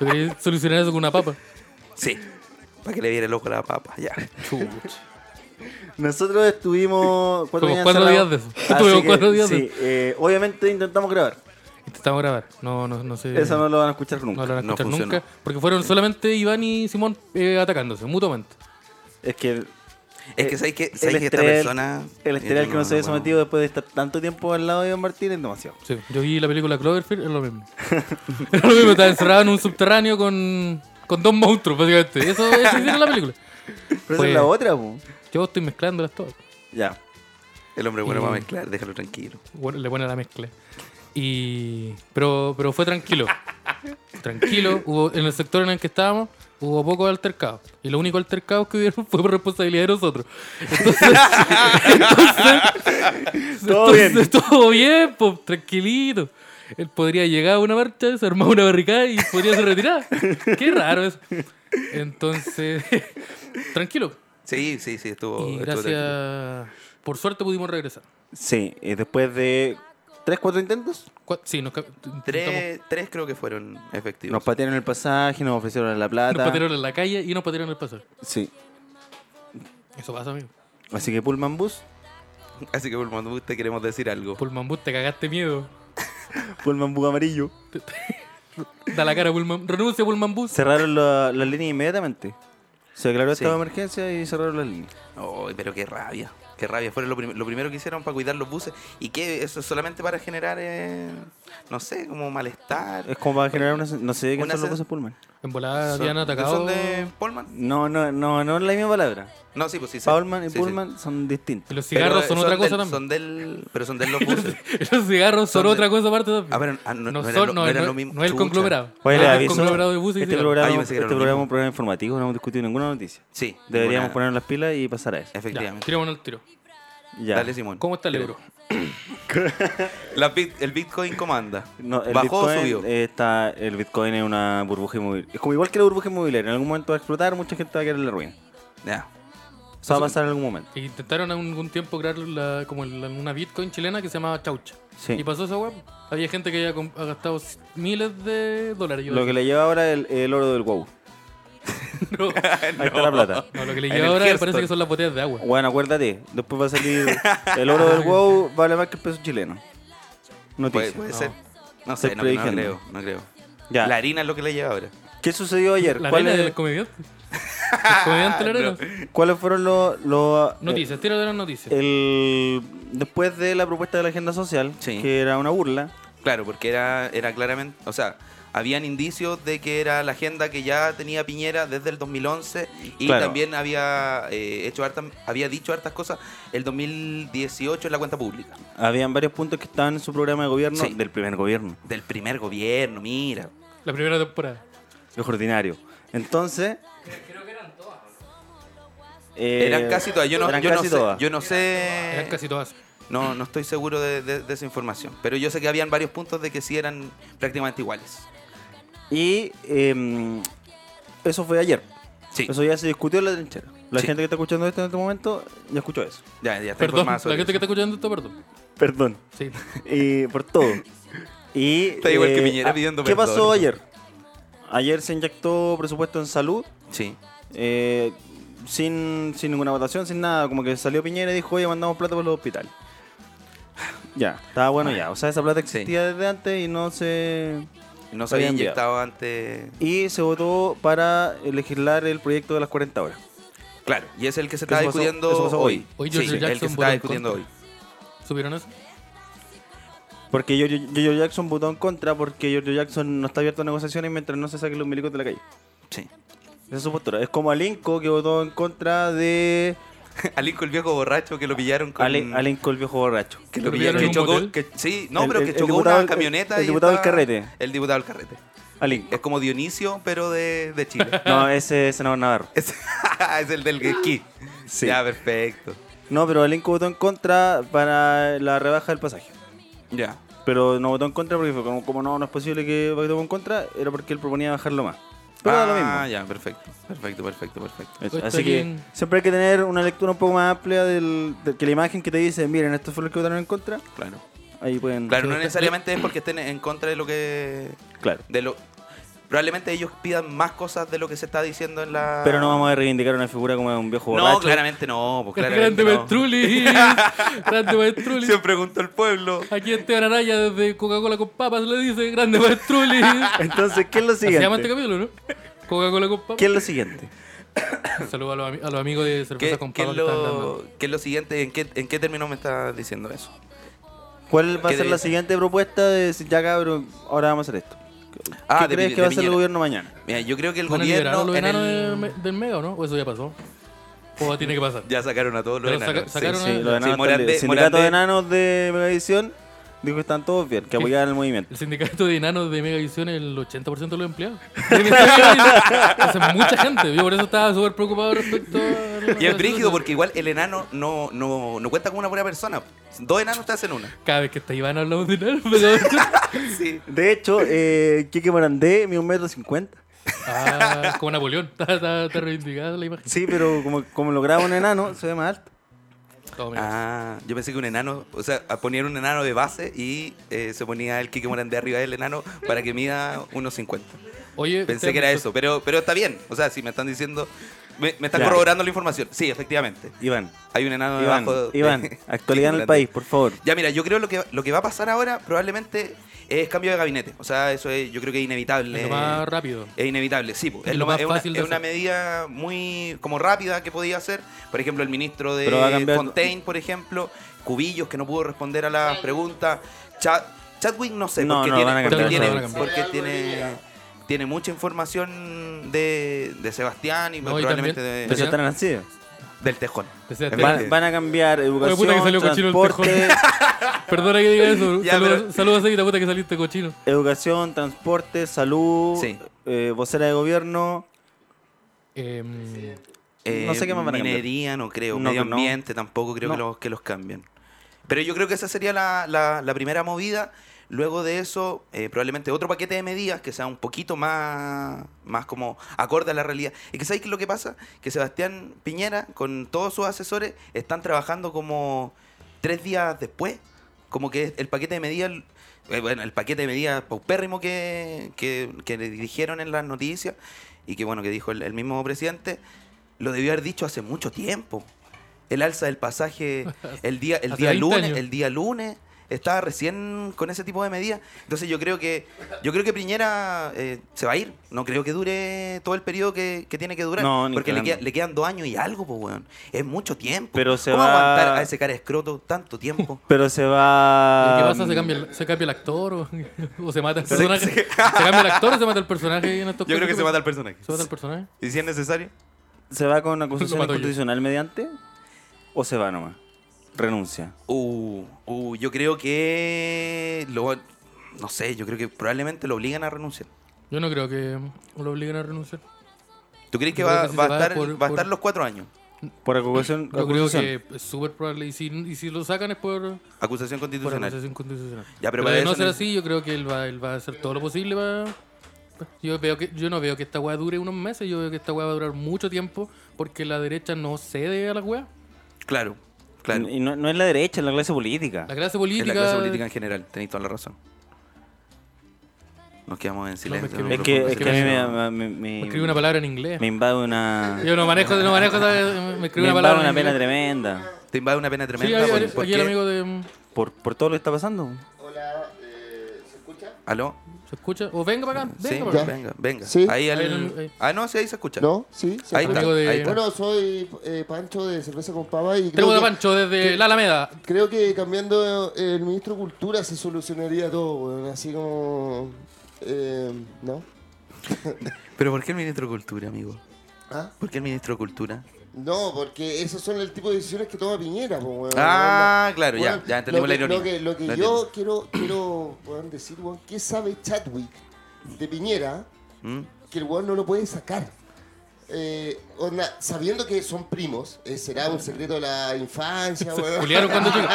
Speaker 4: Tú querías solucionar eso con una papa.
Speaker 6: Sí. Para que le viera el ojo a la papa, ya.
Speaker 5: Nosotros estuvimos cuatro
Speaker 4: Como
Speaker 5: días
Speaker 4: cuatro días
Speaker 5: encerrados,
Speaker 4: de eso.
Speaker 5: así
Speaker 4: Estuvimos
Speaker 5: que,
Speaker 4: cuatro días de
Speaker 5: sí, eh, obviamente intentamos grabar.
Speaker 4: Intentamos grabar. No, no, no sé.
Speaker 5: Eso no lo van a escuchar
Speaker 4: no
Speaker 5: nunca.
Speaker 4: lo van a
Speaker 6: no
Speaker 4: escuchar
Speaker 6: funcionó.
Speaker 4: nunca. Porque fueron solamente Iván y Simón eh, atacándose mutuamente.
Speaker 5: Es que
Speaker 6: Es
Speaker 5: Eh,
Speaker 6: que sabéis que,
Speaker 5: el
Speaker 6: sabéis que esta
Speaker 5: estrel-
Speaker 6: persona.
Speaker 5: el
Speaker 6: eh,
Speaker 5: esteral que no se había
Speaker 6: bueno.
Speaker 5: sometido después de estar tanto tiempo al lado de Don Martín es demasiado.
Speaker 4: Sí, yo vi la película Cloverfield, es lo mismo. es lo mismo, estaba encerrado en un subterráneo con, con dos monstruos, básicamente. Eso, eso hicieron la película.
Speaker 5: Pero esa
Speaker 4: Fue-
Speaker 5: es la otra, po.
Speaker 4: Yo estoy mezclándolas todas.
Speaker 5: Ya.
Speaker 6: El hombre bueno
Speaker 4: Y-
Speaker 6: va a mezclar, déjalo tranquilo.
Speaker 4: Bueno, le pone la mezcla. Y, pero, pero fue tranquilo. tranquilo. Hubo, en el sector en el que estábamos hubo pocos altercados. Y lo único altercado que hubieron fue por responsabilidad de nosotros. Entonces, entonces-
Speaker 5: Todo bien.
Speaker 4: entonces, todo bien, po, tranquilito. Él podría llegar a una marcha, se armaba una barricada y podría ser retirado. Qué raro eso. Entonces, tranquilo.
Speaker 6: Sí, sí, sí, Oh, estuvo.
Speaker 4: Y
Speaker 6: estuvo tranquilo.
Speaker 4: gracias. Por suerte pudimos regresar.
Speaker 5: Sí, eh, después de tres, cuatro intentos,
Speaker 4: Cua- Sí, nos ca- intentamos-
Speaker 6: Tres, tres creo que fueron efectivos.
Speaker 5: nos patearon el pasaje, nos ofrecieron la plata.
Speaker 4: Nos patearon en la calle y nos patearon en el pasar.
Speaker 5: Sí.
Speaker 4: Eso pasa, amigo.
Speaker 5: Así que Pullman Bus,
Speaker 6: Así que, Pulmón Bus, te queremos decir algo.
Speaker 4: Pullman Bus, te cagaste miedo.
Speaker 5: Pullman Bus amarillo.
Speaker 4: Da la cara, Pullman. Renuncia, Pullman Bus.
Speaker 5: Cerraron la- las líneas inmediatamente. Se declaró estado
Speaker 6: Sí.
Speaker 5: de emergencia y cerraron las líneas.
Speaker 6: Ay, pero qué rabia. Qué rabia. Fueron lo, prim- lo primero que hicieron para cuidar los buses. Y que eso es solamente para generar, eh, no sé, como malestar.
Speaker 5: Es como para generar una. sen- No sé de qué
Speaker 6: Una
Speaker 5: son los
Speaker 6: sen-
Speaker 5: buses Pullman.
Speaker 4: En volada
Speaker 6: Son-
Speaker 4: habían Ah, atacado.
Speaker 6: ¿Son de Polman?
Speaker 5: No, no, no, no es la misma palabra.
Speaker 6: No, sí, pues sí. sí.
Speaker 5: Paulman y
Speaker 6: Sí, sí.
Speaker 5: Pullman son
Speaker 4: Y
Speaker 5: distintos.
Speaker 4: los
Speaker 6: Pero,
Speaker 4: cigarros
Speaker 6: eh,
Speaker 4: son, otra
Speaker 6: del-
Speaker 4: cosa también.
Speaker 6: Son del, pero son de los buses.
Speaker 4: Los cigarros son,
Speaker 6: son de-
Speaker 4: otra cosa aparte también.
Speaker 6: Ah, pero, ah, no- no era
Speaker 4: son-
Speaker 6: lo- no era
Speaker 4: es-
Speaker 6: lo mismo.
Speaker 4: No es el
Speaker 6: Chucha.
Speaker 4: conglomerado.
Speaker 5: Oye,
Speaker 4: No
Speaker 5: le
Speaker 4: es el
Speaker 5: aviso,
Speaker 4: Ah, conglomerado de buses y
Speaker 5: este
Speaker 4: cigarros.
Speaker 5: programa,
Speaker 6: Ah, yo pensé
Speaker 5: este
Speaker 6: que era lo
Speaker 5: programa es
Speaker 6: mismo.
Speaker 5: un programa informativo, no hemos discutido ninguna noticia.
Speaker 6: sí.
Speaker 5: Deberíamos
Speaker 6: ninguna-
Speaker 5: ponernos las pilas y pasar a eso.
Speaker 4: Ya,
Speaker 6: Efectivamente.
Speaker 4: tiramos el tiro.
Speaker 5: Ya.
Speaker 6: Dale, Simón.
Speaker 4: ¿Cómo está el euro?
Speaker 6: La bit- el Bitcoin comanda.
Speaker 5: No, el
Speaker 6: Bajó o
Speaker 5: Bitcoin,
Speaker 6: subió.
Speaker 5: eh, Está, el Bitcoin es una burbuja inmobiliaria. Es como igual que la burbuja inmobiliaria. En algún momento va a explotar, mucha gente va a quedar en la ruina.
Speaker 6: Ya.
Speaker 5: Eso va a pasar en algún momento.
Speaker 4: E Intentaron en algún tiempo crear la- como la- una Bitcoin chilena que se llamaba Chaucha.
Speaker 5: Sí.
Speaker 4: Y pasó esa web. Había gente que había com- ha gastado miles de dólares. Yo
Speaker 5: Lo que
Speaker 4: decía,
Speaker 5: le lleva ahora el, el oro del wow.
Speaker 4: no,
Speaker 5: Ahí está la plata.
Speaker 4: no, lo que le
Speaker 6: En
Speaker 4: lleva
Speaker 6: el
Speaker 4: ahora
Speaker 6: Hearthstone.
Speaker 4: parece que son las botellas de agua.
Speaker 5: Bueno, acuérdate, después va a salir el oro del wow, vale más que el peso chileno.
Speaker 6: Puede,
Speaker 5: Noticia.
Speaker 6: puede
Speaker 4: No.
Speaker 6: ser. No
Speaker 5: Estoy
Speaker 6: sé, no, no
Speaker 5: prediciendo.
Speaker 6: creo. No creo.
Speaker 5: Ya.
Speaker 6: Pues, La harina es lo que le lleva ahora.
Speaker 5: ¿Qué sucedió ayer?
Speaker 4: La arena
Speaker 5: ¿Cuáles-
Speaker 4: del comediante. El comediante la arena.
Speaker 5: ¿Cuáles fueron los... los-
Speaker 4: Noticias, tira de las noticias.
Speaker 6: Eh,
Speaker 5: el, después de la propuesta de la agenda social,
Speaker 6: Sí.
Speaker 5: que era una burla,
Speaker 6: Claro, porque era, era claramente, o sea, habían indicios de que era la agenda que ya tenía Piñera desde el 2011 y
Speaker 5: Claro.
Speaker 6: también había eh, hecho hartas, había dicho hartas cosas el 2018 en la cuenta pública
Speaker 5: habían varios puntos que estaban en su programa de gobierno,
Speaker 6: Sí.
Speaker 5: del primer gobierno,
Speaker 6: del primer gobierno, mira.
Speaker 4: La primera temporada.
Speaker 5: los ordinarios. Entonces... eh,
Speaker 6: eran casi todas, yo no,
Speaker 5: eran
Speaker 6: yo no
Speaker 5: casi
Speaker 6: sé,
Speaker 5: todas.
Speaker 6: yo no sé,
Speaker 4: Eran casi todas.
Speaker 6: no, no estoy seguro de, de- de esa información, pero yo sé que habían varios puntos de que sí eran prácticamente iguales.
Speaker 5: Y em, eso fue ayer.
Speaker 6: Sí,
Speaker 5: Eso ya se discutió en la trinchera. La
Speaker 6: Sí.
Speaker 5: gente que está escuchando esto en este momento ya escuchó eso.
Speaker 6: ya, ya está
Speaker 4: Perdón, la
Speaker 6: informada sobre
Speaker 4: gente que
Speaker 6: eso.
Speaker 4: está escuchando esto, perdón.
Speaker 5: Perdón.
Speaker 4: Sí.
Speaker 5: Y por todo. Y,
Speaker 6: Está igual que Piñera
Speaker 5: ah,
Speaker 6: pidiendo
Speaker 5: ¿Qué
Speaker 6: perdón.
Speaker 5: pasó ayer? Ayer se inyectó presupuesto en salud
Speaker 6: Sí,
Speaker 5: eh, sin, sin ninguna votación, sin nada. Como que salió Piñera y dijo, oye, mandamos plata por los hospitales. Ya, estaba bueno ya. O sea, esa plata existía desde antes y no se...
Speaker 6: no se había
Speaker 5: Habían enviado.
Speaker 6: inyectado antes.
Speaker 5: Y se votó para eh, legislar el proyecto de las 40 horas.
Speaker 6: Claro, y es el que se
Speaker 5: Eso
Speaker 6: está
Speaker 5: pasó-
Speaker 6: discutiendo
Speaker 5: eso pasó
Speaker 6: hoy.
Speaker 5: hoy.
Speaker 4: Hoy
Speaker 6: Sí,
Speaker 4: George
Speaker 6: el que
Speaker 4: Jackson
Speaker 6: se
Speaker 4: votó
Speaker 6: está
Speaker 4: en
Speaker 6: discutiendo hoy.
Speaker 4: contra. ¿Supieron eso?
Speaker 5: Porque Giorgio, Giorgio Jackson votó en contra porque Giorgio Jackson no está abierto a negociaciones mientras no se saquen los milicos de la calle.
Speaker 6: Sí.
Speaker 5: Esa es su postura. Es como Alinco que votó en contra de
Speaker 6: Alinco el viejo borracho que lo pillaron con...
Speaker 5: Ale, Alinco el viejo borracho.
Speaker 6: Que
Speaker 4: ¿Lo
Speaker 6: lo pillaron,
Speaker 4: pillaron en
Speaker 6: que
Speaker 4: un
Speaker 6: chocó,
Speaker 4: motel?
Speaker 6: que, sí, no,
Speaker 5: El-
Speaker 6: pero
Speaker 5: el-
Speaker 6: que
Speaker 5: el
Speaker 6: chocó
Speaker 5: diputado-
Speaker 6: una camioneta
Speaker 5: el- el
Speaker 6: y
Speaker 5: diputado del
Speaker 6: estaba-
Speaker 5: carrete.
Speaker 6: El diputado del carrete.
Speaker 5: Alinco.
Speaker 6: Es como Dionisio, pero de, de Chile.
Speaker 5: No, ese es senador Navarro.
Speaker 6: es, es el del esquí.
Speaker 5: Sí.
Speaker 6: Ya, perfecto.
Speaker 5: No, pero Alinco votó en contra para la rebaja del pasaje.
Speaker 6: Ya.
Speaker 5: Pero no votó en contra porque fue como, como no, no es posible que votó en contra, era porque él proponía bajarlo más. Pero da lo mismo.
Speaker 6: ya, perfecto. Perfecto, perfecto, perfecto.
Speaker 5: Eso.
Speaker 4: Estoy
Speaker 5: Así que
Speaker 4: en-
Speaker 5: siempre hay que tener una lectura un poco más amplia del, de- que la imagen que te dice, miren, esto fue lo que votaron en contra,
Speaker 6: Claro.
Speaker 5: ahí pueden...
Speaker 6: Claro,
Speaker 5: Sí.
Speaker 6: no necesariamente es porque estén en contra de lo que...
Speaker 5: claro.
Speaker 6: De lo, probablemente ellos pidan más cosas de lo que se está diciendo en la.
Speaker 5: Pero no vamos a reivindicar una figura como un viejo borracho.
Speaker 6: No, claramente no. Pues, claramente
Speaker 4: Grande
Speaker 6: no.
Speaker 4: Ventrulli. Grande Ventrulli.
Speaker 6: Siempre preguntó el pueblo.
Speaker 4: Aquí Esteban Araya desde Coca-Cola con papas le dice Grande Ventrulli. Así
Speaker 5: Entonces, ¿qué es lo
Speaker 4: Se llama este
Speaker 5: siguiente?
Speaker 4: capítulo, ¿no? Coca-Cola con papas.
Speaker 5: ¿Qué es lo siguiente?
Speaker 4: Un saludo a los, ami- a los amigos de Cerveza
Speaker 6: ¿Qué,
Speaker 4: con
Speaker 6: qué es
Speaker 4: Papas que están hablando.
Speaker 6: lo, qué es lo siguiente? ¿En qué, ¿En qué término me está diciendo eso?
Speaker 5: ¿Cuál va a
Speaker 6: ¿Qué
Speaker 5: ser
Speaker 6: de-
Speaker 5: la siguiente propuesta de decir, ya cabrón, ahora vamos a hacer esto? ¿Qué
Speaker 6: Ah, de
Speaker 5: crees
Speaker 6: Pi-
Speaker 5: que
Speaker 6: de
Speaker 5: va a hacer el
Speaker 6: Piñera.
Speaker 5: gobierno mañana?
Speaker 6: Mira, yo creo que el
Speaker 4: ¿Van a liberar a
Speaker 6: gobierno.
Speaker 4: los
Speaker 6: en
Speaker 4: enanos
Speaker 6: el-
Speaker 4: del me- del mega o no? ¿O eso ya pasó? ¿O tiene que pasar?
Speaker 6: Ya sacaron a todos los
Speaker 4: Ya lo saca-
Speaker 6: enanos. sí.
Speaker 4: sacaron
Speaker 5: Sí,
Speaker 4: a-
Speaker 5: los
Speaker 6: Sí,
Speaker 5: enanos están
Speaker 6: Morandé-
Speaker 5: li- el sindicato
Speaker 6: Morandé-
Speaker 5: de enanos de Megavisión dijo que están todos bien, que apoyaban el movimiento.
Speaker 4: El sindicato de enanos de Megavisión, el 80% de los empleados. De Megavisión. Entonces, mucha gente. Yo por eso estaba súper preocupado respecto a...
Speaker 6: Y es brígido porque igual el enano no, no, no cuenta como una buena persona. Dos enanos te hacen una.
Speaker 4: Cada vez que está Iván hablamos de enanos, me doy cuenta.
Speaker 6: Sí.
Speaker 5: De hecho, eh, Kike Morandé, mi 1,50m.
Speaker 4: Ah, como Napoleón. Está, está, está reivindicada la imagen.
Speaker 5: Sí, pero como, como lo graba un enano, se ve más alto.
Speaker 4: Todo menos.
Speaker 6: Ah, yo pensé que un enano, o sea, a- ponían un enano de base y eh, se ponía el Kike Morandé arriba del enano para que mida 1.50.
Speaker 4: Oye,
Speaker 6: Pensé
Speaker 4: te-
Speaker 6: que era eso, pero, pero está bien. O sea, si me están diciendo, me, me están
Speaker 5: Ya.
Speaker 6: corroborando la información. Sí, efectivamente.
Speaker 5: Iván,
Speaker 6: Hay un enano
Speaker 5: Iván,
Speaker 6: debajo. de-
Speaker 5: Iván,
Speaker 6: de
Speaker 5: actualidad en
Speaker 6: Kike Morandé.
Speaker 5: el país, por favor.
Speaker 6: Ya, mira, yo creo lo que lo que va a pasar ahora probablemente es cambio de gabinete. O sea, eso es, yo creo que es inevitable.
Speaker 4: Es lo más rápido.
Speaker 6: Es inevitable, sí. po.
Speaker 4: Es
Speaker 6: Es,
Speaker 4: lo
Speaker 6: lo
Speaker 4: más
Speaker 6: más- es una,
Speaker 4: fácil de
Speaker 6: es una
Speaker 4: hacer.
Speaker 6: medida muy como rápida que podía hacer. Por ejemplo, el ministro de
Speaker 5: Pero va a cambiar-
Speaker 6: Fontaine, por ejemplo, Cubillos, que no pudo responder a las preguntas. Cha- Chadwick, no sé,
Speaker 5: No,
Speaker 6: porque,
Speaker 5: no,
Speaker 6: tiene,
Speaker 5: van a
Speaker 6: porque
Speaker 4: cambiar,
Speaker 6: tiene-
Speaker 4: no, van a cambiar.
Speaker 6: porque tiene, tiene mucha información de, de Sebastián y
Speaker 4: No, y
Speaker 6: probablemente
Speaker 4: también-
Speaker 6: de-
Speaker 5: Pero ya están nacidos.
Speaker 6: del Tejón.
Speaker 4: De Sebastián.
Speaker 6: En vez
Speaker 5: Van,
Speaker 6: de-
Speaker 5: van a cambiar educación,
Speaker 4: puta que salió cochino el
Speaker 5: transporte,
Speaker 4: Perdona que diga eso.
Speaker 6: Ya,
Speaker 4: saludos,
Speaker 6: pero-
Speaker 4: saludos a Seguita, puta que saliste cochino.
Speaker 5: educación, transporte, salud,
Speaker 6: Sí.
Speaker 5: eh, vocera de gobierno.
Speaker 4: Em,
Speaker 5: No
Speaker 6: eh,
Speaker 5: sé qué más van a cambiar.
Speaker 6: Minería, no creo.
Speaker 5: No,
Speaker 6: Medio
Speaker 5: no.
Speaker 6: ambiente, tampoco creo que,
Speaker 5: No.
Speaker 6: los, que los cambien. Pero yo creo que esa sería la, la- la primera movida. Luego de eso, eh, probablemente otro paquete de medidas que sea un poquito más, más como acorde a la realidad. Y que sabéis que lo que pasa, que Sebastián Piñera, con todos sus asesores, están trabajando como tres días después. Como que el paquete de medidas, eh, bueno, el paquete de medidas paupérrimo que, que, que le dirigieron en las noticias y que bueno, que dijo el- el mismo presidente, lo debió haber dicho hace mucho tiempo. El alza del pasaje el día, el
Speaker 4: Hace
Speaker 6: día
Speaker 4: 20
Speaker 6: lunes,
Speaker 4: años.
Speaker 6: el día lunes, estaba recién con ese tipo de medidas. Entonces yo creo que, yo creo que Piñera eh, se va a ir. No creo que dure todo el periodo que, que tiene que durar.
Speaker 5: No, ni
Speaker 6: porque le,
Speaker 5: cagando.
Speaker 6: queda- le quedan dos años y algo, pues weón. Es mucho tiempo.
Speaker 5: Pero se
Speaker 6: ¿Cómo
Speaker 5: va-
Speaker 6: aguantar a ese cara de escroto tanto tiempo?
Speaker 5: Pero se
Speaker 4: ¿Qué
Speaker 5: va.
Speaker 6: Um,
Speaker 4: pasa? ¿Se cambia, el, ¿Se cambia el actor o, o se mata el
Speaker 6: Se-
Speaker 4: personaje?
Speaker 6: se-
Speaker 4: Se, cambia el actor o se mata el personaje? en estos
Speaker 6: yo creo que
Speaker 4: casos?
Speaker 6: se mata al personaje.
Speaker 4: ¿Se mata el personaje?
Speaker 6: ¿Y si es necesario?
Speaker 5: ¿Se va con una acusación
Speaker 4: Lo mato yo.
Speaker 5: constitucional mediante? ¿O se va nomás? Renuncia.
Speaker 6: Uh, uh, yo creo que lo- no sé, yo creo que probablemente lo obligan a renunciar.
Speaker 4: Yo no creo que lo obliguen a renunciar.
Speaker 6: ¿Tú crees que
Speaker 4: Yo creo
Speaker 6: va,
Speaker 4: que sí
Speaker 6: va a
Speaker 4: se va
Speaker 6: estar,
Speaker 4: por-
Speaker 6: va a
Speaker 4: por-
Speaker 6: estar los cuatro años?
Speaker 5: Por acusación.
Speaker 4: Yo creo
Speaker 5: acusación.
Speaker 4: que es súper probable. Y si, y si lo sacan es por,
Speaker 6: Acusación
Speaker 4: por
Speaker 6: constitucional.
Speaker 4: acusación constitucional.
Speaker 6: Ya, pero
Speaker 4: pero
Speaker 6: para
Speaker 4: de
Speaker 6: eso
Speaker 4: no ser
Speaker 6: no-
Speaker 4: así, yo creo que él va, él va a hacer todo lo posible para... pues, Yo, veo que, yo no veo que esta weá dure unos meses, yo veo que esta weá va a durar mucho tiempo porque la derecha no cede a la weá.
Speaker 6: Claro, claro.
Speaker 5: Y no, no es la derecha, es la clase política.
Speaker 4: La clase
Speaker 6: En
Speaker 4: política...
Speaker 6: la clase política en general, tenéis toda la razón. Nos quedamos en
Speaker 4: es
Speaker 6: silencio.
Speaker 4: que-
Speaker 6: en un
Speaker 5: Es que,
Speaker 6: profundo
Speaker 5: es que a mí
Speaker 6: silencio.
Speaker 5: me, me- me-
Speaker 4: escribe una palabra en inglés.
Speaker 5: me invade una.
Speaker 4: Yo no manejo, no manejo, esa- me escribe una
Speaker 5: me invade
Speaker 4: palabra
Speaker 5: una
Speaker 4: en
Speaker 5: pena
Speaker 4: inglés.
Speaker 5: tremenda.
Speaker 6: Te invade una pena
Speaker 4: Sí,
Speaker 6: tremenda.
Speaker 4: ahí-
Speaker 6: por-
Speaker 4: ahí- aquí
Speaker 6: porque-
Speaker 4: el amigo de...
Speaker 5: Por, por todo lo que está pasando.
Speaker 1: Eh,
Speaker 6: ¿Aló?
Speaker 4: ¿Se escucha? O venga para acá, venga
Speaker 6: Sí,
Speaker 4: para acá.
Speaker 6: venga, venga.
Speaker 1: Sí.
Speaker 6: Ahí al-
Speaker 4: Ahí el- ahí.
Speaker 6: Ah, no, sí, ahí se escucha.
Speaker 1: ¿No? Sí. se
Speaker 6: Ahí
Speaker 1: fue.
Speaker 6: está.
Speaker 4: Amigo de-
Speaker 6: ahí está.
Speaker 1: Bueno, soy eh, Pancho de Cerveza con Pava y creo
Speaker 4: Tenemos a
Speaker 1: que,
Speaker 4: Pancho desde la Alameda.
Speaker 1: creo que cambiando eh, el ministro de Cultura se solucionaría todo, weón. Así como... eh, ¿No?
Speaker 6: Pero ¿por qué el ministro de Cultura, amigo?
Speaker 1: ¿Ah?
Speaker 6: ¿Por qué el ministro de Cultura?
Speaker 1: No, porque esos son el tipo de decisiones que toma Piñera, po, weón.
Speaker 6: Ah, claro, ya,
Speaker 1: Weón,
Speaker 6: ya entendemos
Speaker 1: lo
Speaker 6: la
Speaker 1: que-
Speaker 6: ironía.
Speaker 1: Lo que, lo que
Speaker 6: La
Speaker 1: yo quiero, quiero weón, decir, weón, ¿qué sabe Chadwick de Piñera
Speaker 6: ¿Mm?
Speaker 1: que el weón no lo puede sacar. Eh, onda, sabiendo que son primos, eh, será un secreto de la infancia, weón.
Speaker 4: culiaron cuando chico.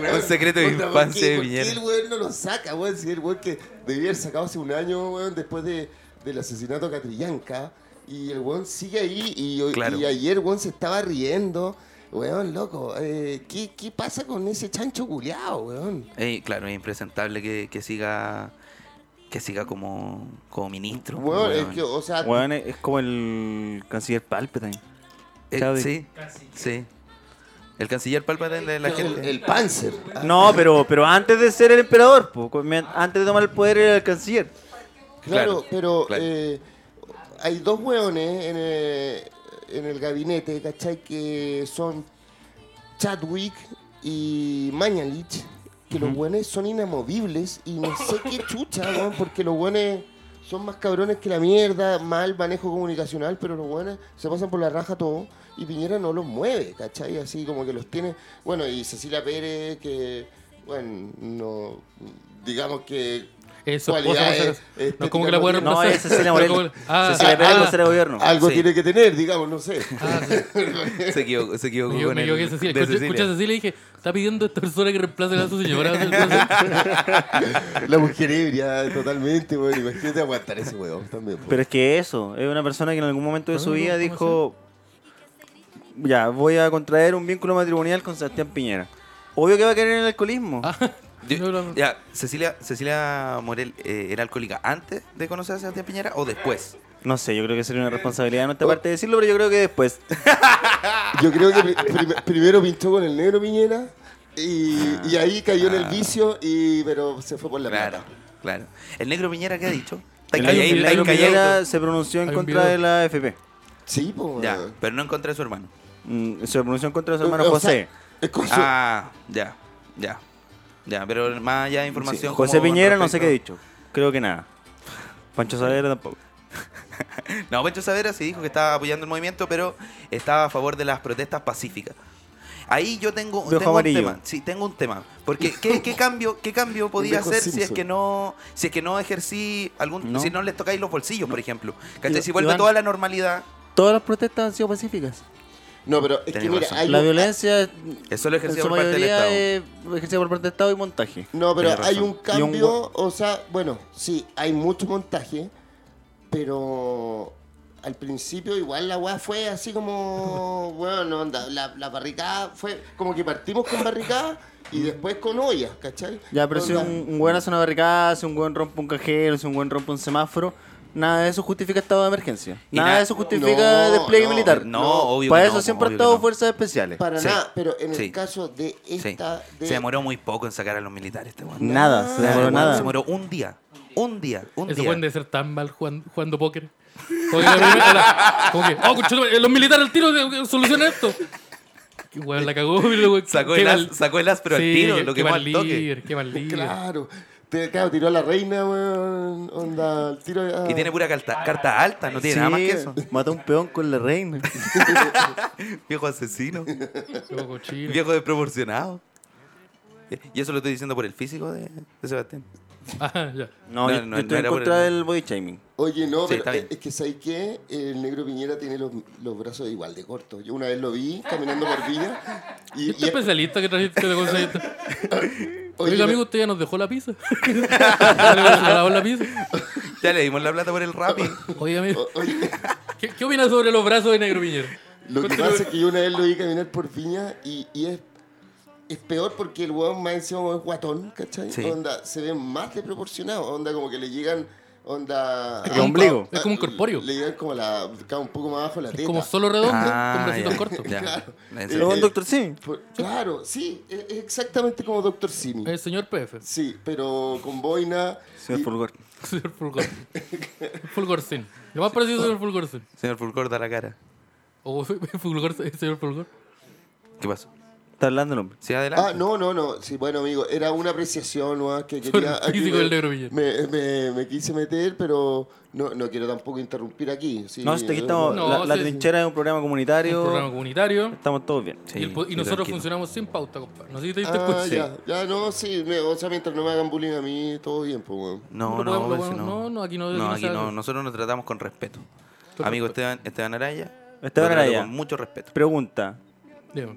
Speaker 1: Weón,
Speaker 6: Un secreto de
Speaker 1: onda,
Speaker 6: infancia de
Speaker 1: ¿por qué-
Speaker 6: Piñera.
Speaker 1: ¿Por qué el weón no lo saca, weón? Si el weón que debía haber sacado hace un año, weón, después de, del asesinato de Catrillanca. Y el weón sigue ahí y, hoy-
Speaker 6: Claro.
Speaker 1: y ayer weón se estaba riendo. Weón, loco, eh, ¿qué, ¿qué pasa con ese chancho culiao, weón?
Speaker 6: Ey, claro, es impresentable que, que siga que siga como, como ministro.
Speaker 1: Bueno, es
Speaker 6: weón.
Speaker 1: que, o sea,
Speaker 5: Weón, es es como el canciller Palpatine.
Speaker 6: Eh,
Speaker 5: Chadwick.
Speaker 6: sí, sí. El canciller Palpatine de la
Speaker 1: el,
Speaker 6: gente.
Speaker 1: el Panzer. Ah,
Speaker 5: No, pero, pero antes de ser el emperador, po, con- mien- antes de tomar el poder era el canciller.
Speaker 1: Ah, claro,
Speaker 6: claro,
Speaker 1: pero
Speaker 6: claro.
Speaker 1: eh, hay dos hueones en el, en el gabinete, ¿cachai? Que son Chadwick y Mañalich, que los hueones son inamovibles y no sé qué chucha, weón, porque los hueones son más cabrones que la mierda, mal manejo comunicacional, pero los hueones se pasan por la raja todo y Piñera no los mueve, ¿cachai? Así como que los tiene. Bueno, y Cecilia Pérez, que, bueno, no. Digamos que.
Speaker 4: Eh, su esposa
Speaker 1: cualidades
Speaker 4: va a ser- no es como
Speaker 1: estéticas
Speaker 4: que la puedan
Speaker 1: tiene.
Speaker 5: No,
Speaker 4: Entonces,
Speaker 5: es Cecilia Morel.
Speaker 4: ¿cómo le- Ah,
Speaker 5: Cecilia Pérez,
Speaker 1: ah,
Speaker 5: consejera de gobierno.
Speaker 1: Algo
Speaker 6: Sí.
Speaker 1: tiene que tener, digamos, no sé.
Speaker 4: Ah, sí.
Speaker 6: Se equivocó, se equivocó
Speaker 4: Me yo
Speaker 6: con
Speaker 4: me
Speaker 6: el-
Speaker 4: equivoqué, Cecilia.
Speaker 6: de
Speaker 4: Escuché,
Speaker 6: Cecilia.
Speaker 4: escuché a Cecilia y dije, está pidiendo a esta persona que reemplace a su señora.
Speaker 1: La mujer ebria, totalmente, weón. Imagínate aguantar ese weón también. po.
Speaker 5: Pero es que eso, es una persona que en algún momento de su
Speaker 4: Ah,
Speaker 5: vida
Speaker 4: ¿cómo
Speaker 5: dijo, ya, voy a contraer un vínculo matrimonial con Sebastián Piñera. Obvio que va a caer en el alcoholismo.
Speaker 4: Ah.
Speaker 6: Yo-
Speaker 4: No, no, no.
Speaker 6: ya, Cecilia, Cecilia Morel eh, era alcohólica antes de conocer a Sebastián Piñera o después.
Speaker 5: No sé, yo creo que sería una responsabilidad de nuestra parte
Speaker 4: Oh.
Speaker 5: decirlo, pero yo creo que después.
Speaker 1: Yo creo que pri- prim- primero pinchó con el negro Piñera y, y ahí cayó en el vicio, y pero se fue por la
Speaker 6: Ah. Claro,
Speaker 1: plata.
Speaker 6: claro. El negro Piñera qué ha dicho? Está
Speaker 5: El
Speaker 4: calladito,
Speaker 5: negro- el negro
Speaker 4: está
Speaker 5: Piñera
Speaker 6: calladito.
Speaker 5: se pronunció en
Speaker 4: Hay un
Speaker 5: contra
Speaker 4: video.
Speaker 5: de la AFP.
Speaker 1: Sí, pues.
Speaker 6: Ya, pero no encontré a su hermano.
Speaker 5: Mm, Se pronunció en contra de su hermano José.
Speaker 6: Ah, ya, ya. Ya, pero más allá de información.
Speaker 5: Sí, José
Speaker 6: como con
Speaker 5: Piñera no sé qué ha
Speaker 6: respecto-
Speaker 5: dicho. Creo que nada. Pancho Saavedra tampoco.
Speaker 6: No, Pancho Savera sí dijo que estaba apoyando el movimiento, pero estaba a favor de las protestas pacíficas. Ahí yo tengo,
Speaker 5: Viejo
Speaker 6: tengo un
Speaker 5: amarillo.
Speaker 6: tema. Sí, tengo un tema. Porque ¿qué, qué cambio, qué cambio podía
Speaker 1: viejo
Speaker 6: hacer si es
Speaker 1: Simpson.
Speaker 6: que no, si es que no ejercí algún,
Speaker 5: No.
Speaker 6: si no les tocáis los bolsillos, por ejemplo? ¿Cachai?
Speaker 5: Iván-
Speaker 6: Si vuelve
Speaker 5: Iván-
Speaker 6: toda la normalidad,
Speaker 5: Todas las protestas han sido pacíficas.
Speaker 1: No, pero es que
Speaker 6: Tenés
Speaker 1: mira,
Speaker 6: razón.
Speaker 1: hay
Speaker 5: La
Speaker 1: un-
Speaker 5: violencia
Speaker 6: eso lo
Speaker 5: en
Speaker 6: ejercía
Speaker 5: su
Speaker 6: por parte del
Speaker 5: mayoría
Speaker 6: Estado.
Speaker 5: es ejercida por parte del Estado y montaje.
Speaker 1: No, pero
Speaker 6: Tenés
Speaker 1: hay
Speaker 6: razón.
Speaker 1: un
Speaker 5: Y un
Speaker 1: cambio, o sea, bueno, sí, hay mucho montaje, pero al principio igual la weá fue así como, bueno, onda, la, la barricada fue como que partimos con barricada
Speaker 6: Mm.
Speaker 1: y después con ollas, ¿cachai?
Speaker 5: Ya, pero si
Speaker 1: Onda,
Speaker 5: un, un weón hace una barricada, si un weón rompe un cajero, si un weón rompe un semáforo, nada de eso justifica estado de emergencia.
Speaker 6: Y
Speaker 5: Nada
Speaker 6: na-
Speaker 5: de eso justifica
Speaker 1: No,
Speaker 5: despliegue
Speaker 1: no,
Speaker 5: militar.
Speaker 6: no, obvio
Speaker 5: Para
Speaker 6: que
Speaker 5: eso
Speaker 6: no,
Speaker 5: siempre han
Speaker 6: obvio que
Speaker 5: estado
Speaker 6: no.
Speaker 5: fuerzas especiales.
Speaker 1: Para
Speaker 6: Sí.
Speaker 1: nada, pero en el
Speaker 6: Sí.
Speaker 1: caso de
Speaker 6: Sí.
Speaker 1: esta... De,
Speaker 6: Se demoró muy poco en sacar a los militares este weón.
Speaker 5: Nada, se
Speaker 6: Claro,
Speaker 5: demoró
Speaker 6: weón,
Speaker 5: nada.
Speaker 6: Se demoró un día. Un día, un
Speaker 4: Ese
Speaker 6: día.
Speaker 4: pueden debe ser tan mal jugando, jugando póker. Como que, la primera- la- como que, oh, conchetumare, los militares al tiro eh, solucionan esto. Qué weón, la cagó. pero, weón,
Speaker 6: Sacó
Speaker 4: qué
Speaker 6: el, as,
Speaker 4: mal-
Speaker 6: sacó el áspero
Speaker 4: Sí,
Speaker 6: al tiro, lo
Speaker 4: qué
Speaker 6: que va
Speaker 4: mal
Speaker 6: al toque.
Speaker 4: líder, Qué mal líder.
Speaker 1: Claro, te, claro, tiró a la reina, weón, onda, el tiro... ah, a-
Speaker 6: Y tiene pura carta, carta alta, no tiene nada más que eso.
Speaker 5: Mata a un peón con la reina.
Speaker 6: Viejo asesino.
Speaker 4: Loco, cochino.
Speaker 6: Viejo desproporcionado. Y eso lo estoy diciendo por el físico de, de Sebastián.
Speaker 4: Ah, ya.
Speaker 5: No,
Speaker 6: No,
Speaker 5: yo,
Speaker 6: no,
Speaker 5: yo
Speaker 6: no
Speaker 5: estoy en
Speaker 6: era por
Speaker 5: contra
Speaker 6: el-
Speaker 5: del body shaming.
Speaker 1: Oye, no,
Speaker 6: Sí, está
Speaker 1: pero
Speaker 6: bien.
Speaker 1: es que ¿sabes qué? El negro Piñera tiene los, los brazos igual de cortos. Yo una vez lo vi caminando por Villa y...
Speaker 4: Este
Speaker 1: y-
Speaker 4: especialista que trajiste de conseguiste.
Speaker 1: oye,
Speaker 4: Oiga,
Speaker 1: me-
Speaker 4: amigo, usted ya nos dejó la pizza. Ya le regalamos la pizza.
Speaker 6: Ya le dimos la plata por el rap. y-
Speaker 4: Oiga, amigo,
Speaker 1: o- oye,
Speaker 4: ¿qué, qué opinas sobre los brazos de Negro Piñera?
Speaker 1: lo que
Speaker 4: Cuéntame.
Speaker 1: pasa es que yo una vez lo vi caminar por Viña y, y es, es peor porque el huevón más encima es guatón, ¿cachai?
Speaker 6: Sí.
Speaker 1: Onda, se ve más desproporcionado. Onda, como que le llegan... Onda...
Speaker 5: El ombligo.
Speaker 4: Es como un corpóreo.
Speaker 1: Le llegan como la... cada un poco más abajo la teta.
Speaker 4: Es como solo redondo, con bracitos
Speaker 6: Ah, ya,
Speaker 4: cortos.
Speaker 6: ya.
Speaker 1: Claro.
Speaker 6: En
Speaker 5: Pero
Speaker 6: serio.
Speaker 5: un doctor sí.
Speaker 1: Por- claro, sí. Es es exactamente como Doctor Simi.
Speaker 4: El Eh, señor PF.
Speaker 1: Sí, pero con boina.
Speaker 5: Señor
Speaker 1: y-
Speaker 5: Fulgor.
Speaker 4: Señor Fulgor. Fulgorcín. Lo más parecido es señor Fulgorcín.
Speaker 6: Señor Fulcor da la cara.
Speaker 4: O Fulgor, señor Fulgor.
Speaker 6: ¿Qué pasó?
Speaker 5: Está hablando el hombre.
Speaker 6: Sí, adelante.
Speaker 1: Ah, no, no, no. Sí, bueno, amigo, era una apreciación nomás que
Speaker 4: Sobre
Speaker 1: quería.
Speaker 4: el
Speaker 1: aquí
Speaker 4: físico
Speaker 1: me-
Speaker 4: del negro Villar.
Speaker 1: me, me- me quise meter, pero no, no quiero tampoco interrumpir aquí. sí,
Speaker 5: No, si te
Speaker 1: eh,
Speaker 5: quitamos
Speaker 4: No,
Speaker 5: la, la
Speaker 4: sí, sí.
Speaker 5: trinchera es un programa
Speaker 4: Un
Speaker 5: comunitario.
Speaker 4: programa comunitario.
Speaker 5: Estamos todos bien.
Speaker 6: Sí,
Speaker 4: y, el po- y
Speaker 6: sí,
Speaker 4: nosotros
Speaker 6: tranquilo.
Speaker 4: funcionamos sin pauta, compadre. No sé si te diste cuenta.
Speaker 1: Ah, ya, ya, no, sí. me- o sea, mientras no me hagan bullying a mí, todo bien, pues, weón.
Speaker 6: No,
Speaker 4: Lo
Speaker 6: no,
Speaker 4: podemos- lo
Speaker 6: pues,
Speaker 4: podemos-
Speaker 6: no.
Speaker 4: no, no, aquí no-
Speaker 6: No,
Speaker 4: no
Speaker 6: aquí
Speaker 4: se hace.
Speaker 6: no. Nosotros nos tratamos con respeto.
Speaker 4: Con
Speaker 6: Amigo
Speaker 4: respeto.
Speaker 6: Esteban, Esteban Araya. lo
Speaker 5: Esteban
Speaker 6: trato
Speaker 5: Araya.
Speaker 6: Con mucho respeto.
Speaker 5: Pregunta.
Speaker 4: Digo,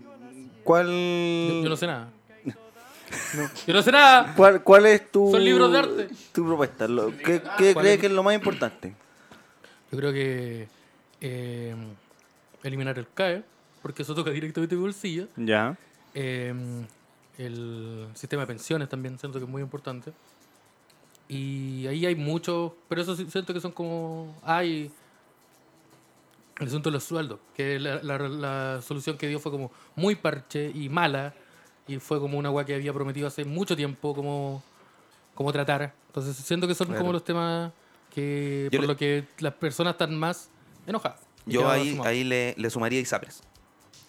Speaker 5: ¿Cuál,
Speaker 4: Yo, yo no sé nada. Yo no sé nada.
Speaker 5: cuál, cuál es tu.
Speaker 4: Son libros de arte.
Speaker 5: Tu propuesta. Lo- ¿Qué, qué
Speaker 4: ¿Cuál
Speaker 5: crees
Speaker 4: es?
Speaker 5: que es lo más importante?
Speaker 4: Yo creo que eh, eliminar el CAE, porque eso toca directamente mi bolsillo.
Speaker 5: Ya.
Speaker 4: em, Eh, el sistema de pensiones también siento que es muy importante. Y ahí hay muchos, pero eso sí siento que son como. Hay. El asunto de los sueldos, que la, la- la solución que dio fue como muy parche y mala, y fue como una agua que había prometido hace mucho tiempo como, como tratar. Entonces siento que son como los temas que
Speaker 6: Yo
Speaker 4: por
Speaker 6: le-
Speaker 4: lo que las personas están más enojadas. Y que
Speaker 6: Yo
Speaker 4: va
Speaker 6: ahí,
Speaker 4: sumando.
Speaker 6: ahí le, le sumaría ISAPRES.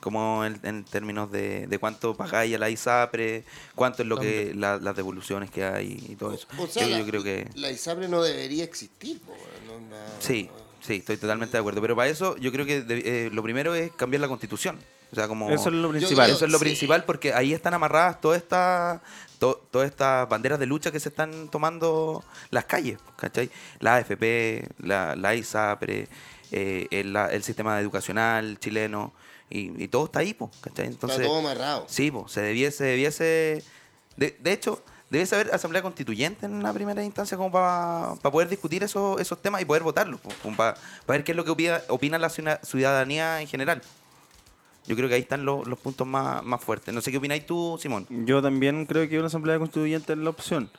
Speaker 6: Como en, en términos de, de cuánto pagáis a la ISAPRE, cuánto es lo que la- las devoluciones que hay y todo eso.
Speaker 1: O sea,
Speaker 6: yo, yo
Speaker 1: la-
Speaker 6: creo que.
Speaker 1: La ISAPRE no debería existir, po, no, no,
Speaker 6: Sí, sí, estoy totalmente de acuerdo. Pero para eso, yo creo que de- eh, lo primero es cambiar la constitución. O sea, como.
Speaker 5: Eso es lo
Speaker 1: Yo-
Speaker 5: principal.
Speaker 1: yo-
Speaker 6: Eso es lo
Speaker 1: sí.
Speaker 6: principal porque ahí están amarradas todas estas to- todas estas banderas de lucha que se están tomando las calles, ¿cachai? La AFP, la, la ISAPRE, eh, el, la- el sistema educacional chileno y, y todo está ahí, po, ¿cachai? Entonces,
Speaker 1: Está todo amarrado.
Speaker 6: sí, po, se debiese, debiese de, de hecho, debiese haber asamblea constituyente en la primera instancia como para poder discutir esos, esos temas y poder votarlos, para ver qué es lo que opina, opina la ciudad- ciudadanía en general. Yo creo que ahí están lo- los puntos más, más fuertes. No sé qué opináis tú, Simón.
Speaker 5: Yo también creo que una asamblea constituyente es la opción,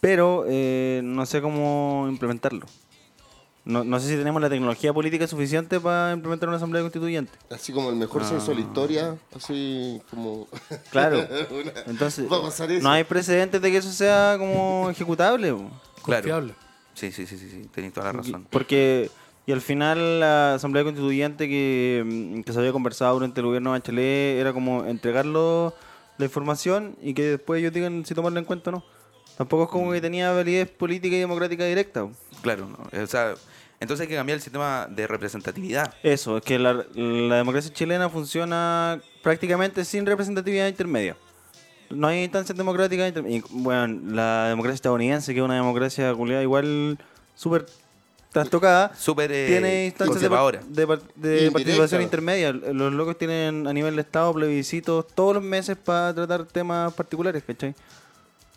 Speaker 5: pero eh, no sé cómo implementarlo. No, no sé si tenemos la tecnología política suficiente para implementar una asamblea constituyente.
Speaker 1: Así como el mejor censo de la historia, así como.
Speaker 5: Claro.
Speaker 1: Una-
Speaker 5: Entonces,
Speaker 1: Va a pasar eso.
Speaker 5: no hay precedentes de que eso sea como ejecutable. po.
Speaker 4: Confiable.
Speaker 6: Sí, sí, sí, sí, sí. Tenéis toda la razón.
Speaker 5: Porque, y al final la asamblea constituyente que, mm, que se había conversado durante el gobierno de Bachelet era como entregarlo la información y que después ellos digan si tomarla en cuenta o no. Tampoco es como que tenía validez política y democrática directa. po.
Speaker 6: Claro, no, o sea, entonces hay que cambiar el sistema de representatividad.
Speaker 5: Eso, es que la, la democracia chilena funciona prácticamente sin representatividad intermedia. No hay instancias democráticas. inter- y, bueno, la democracia estadounidense, que es una democracia culiada igual súper trastocada,
Speaker 6: Súper eh,
Speaker 5: tiene instancias de, par-
Speaker 6: conservadora.
Speaker 5: de par- de
Speaker 1: Indirecta.
Speaker 5: participación intermedia. Los locos tienen a nivel de Estado plebiscitos todos los meses para tratar temas particulares, ¿cachai?